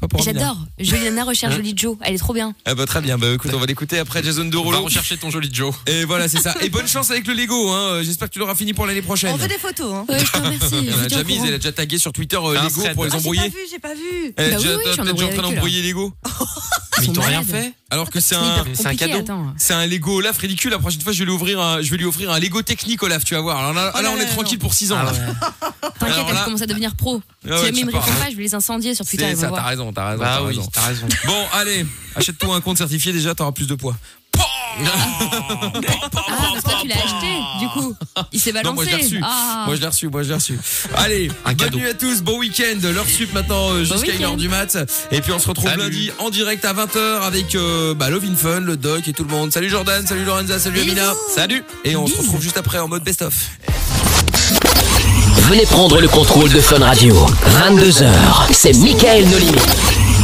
[SPEAKER 1] Pas pour Amina.
[SPEAKER 5] J'adore. Juliana recherche Jolie Joe, elle est trop bien.
[SPEAKER 1] Ah bah très bien, bah écoute, on va l'écouter après Jason
[SPEAKER 2] On va
[SPEAKER 1] Derulo.
[SPEAKER 2] rechercher ton joli Joe.
[SPEAKER 1] Et voilà, c'est ça. Et bonne chance avec le Lego, hein. J'espère que tu l'auras fini pour l'année prochaine.
[SPEAKER 8] On veut des photos, hein.
[SPEAKER 5] Ouais, je te remercie.
[SPEAKER 1] Il y en a déjà mis,
[SPEAKER 5] hein.
[SPEAKER 1] elle a déjà tagué sur Twitter euh,
[SPEAKER 2] Ah,
[SPEAKER 1] Lego
[SPEAKER 2] thread.
[SPEAKER 1] pour
[SPEAKER 8] Ah,
[SPEAKER 1] les
[SPEAKER 8] j'ai pas
[SPEAKER 1] embrouiller.
[SPEAKER 8] vu, j'ai pas vu.
[SPEAKER 1] Elle est
[SPEAKER 5] Bah
[SPEAKER 1] déjà
[SPEAKER 5] oui, oui, je suis en
[SPEAKER 1] peut-être déjà en train
[SPEAKER 5] embrouillée avec eux,
[SPEAKER 1] d'embrouiller Lego.
[SPEAKER 2] Mais ils t'ont rien
[SPEAKER 5] malades.
[SPEAKER 2] fait
[SPEAKER 1] Alors que c'est
[SPEAKER 5] C'est hyper
[SPEAKER 1] un.
[SPEAKER 2] c'est un
[SPEAKER 5] compliqué,
[SPEAKER 2] cadeau.
[SPEAKER 5] attends.
[SPEAKER 1] C'est un Lego Olaf ridicule. La prochaine fois, je vais lui ouvrir un, je vais lui offrir un Lego technique Olaf. Tu vas voir. Alors là,
[SPEAKER 8] Oh là
[SPEAKER 1] là, on
[SPEAKER 8] là
[SPEAKER 1] est
[SPEAKER 8] là
[SPEAKER 1] tranquille pour 6 ans. là.
[SPEAKER 5] T'inquiète,
[SPEAKER 1] Alors
[SPEAKER 5] elle
[SPEAKER 1] là-
[SPEAKER 5] commence à devenir pro. Si
[SPEAKER 1] ouais,
[SPEAKER 5] jamais
[SPEAKER 1] tu
[SPEAKER 5] ils me
[SPEAKER 1] parles.
[SPEAKER 5] répondent pas, je vais les incendier sur Twitter,
[SPEAKER 1] C'est
[SPEAKER 5] ils vont
[SPEAKER 1] ça. T'as
[SPEAKER 5] voir.
[SPEAKER 1] raison. T'as raison.
[SPEAKER 2] Bah
[SPEAKER 1] t'as
[SPEAKER 2] oui,
[SPEAKER 1] raison.
[SPEAKER 2] t'as raison.
[SPEAKER 1] Bon, allez, achète-toi un compte certifié. Déjà, t'auras plus de poids. Pouah
[SPEAKER 5] Ah, parce que toi, tu l'as acheté, du coup. Il s'est balancé.
[SPEAKER 1] Non, moi je l'ai reçu.
[SPEAKER 5] Ah.
[SPEAKER 1] Moi je l'ai reçu, moi je l'ai reçu. Allez,
[SPEAKER 2] Un
[SPEAKER 1] bonne
[SPEAKER 2] cadeau.
[SPEAKER 1] nuit à tous, bon week-end. L'heure sup maintenant euh, jusqu'à
[SPEAKER 5] week-end.
[SPEAKER 1] 1h du mat. Et puis on se retrouve
[SPEAKER 2] Salut.
[SPEAKER 1] lundi en direct à 20h avec euh, bah, Love in Fun, le doc et tout le monde. Salut Jordan, salut Lorenza, salut Amina. Salut. Et on se retrouve juste après en mode best-of.
[SPEAKER 6] Venez prendre le contrôle de Fun Radio. 22h, c'est Michael Nolimi.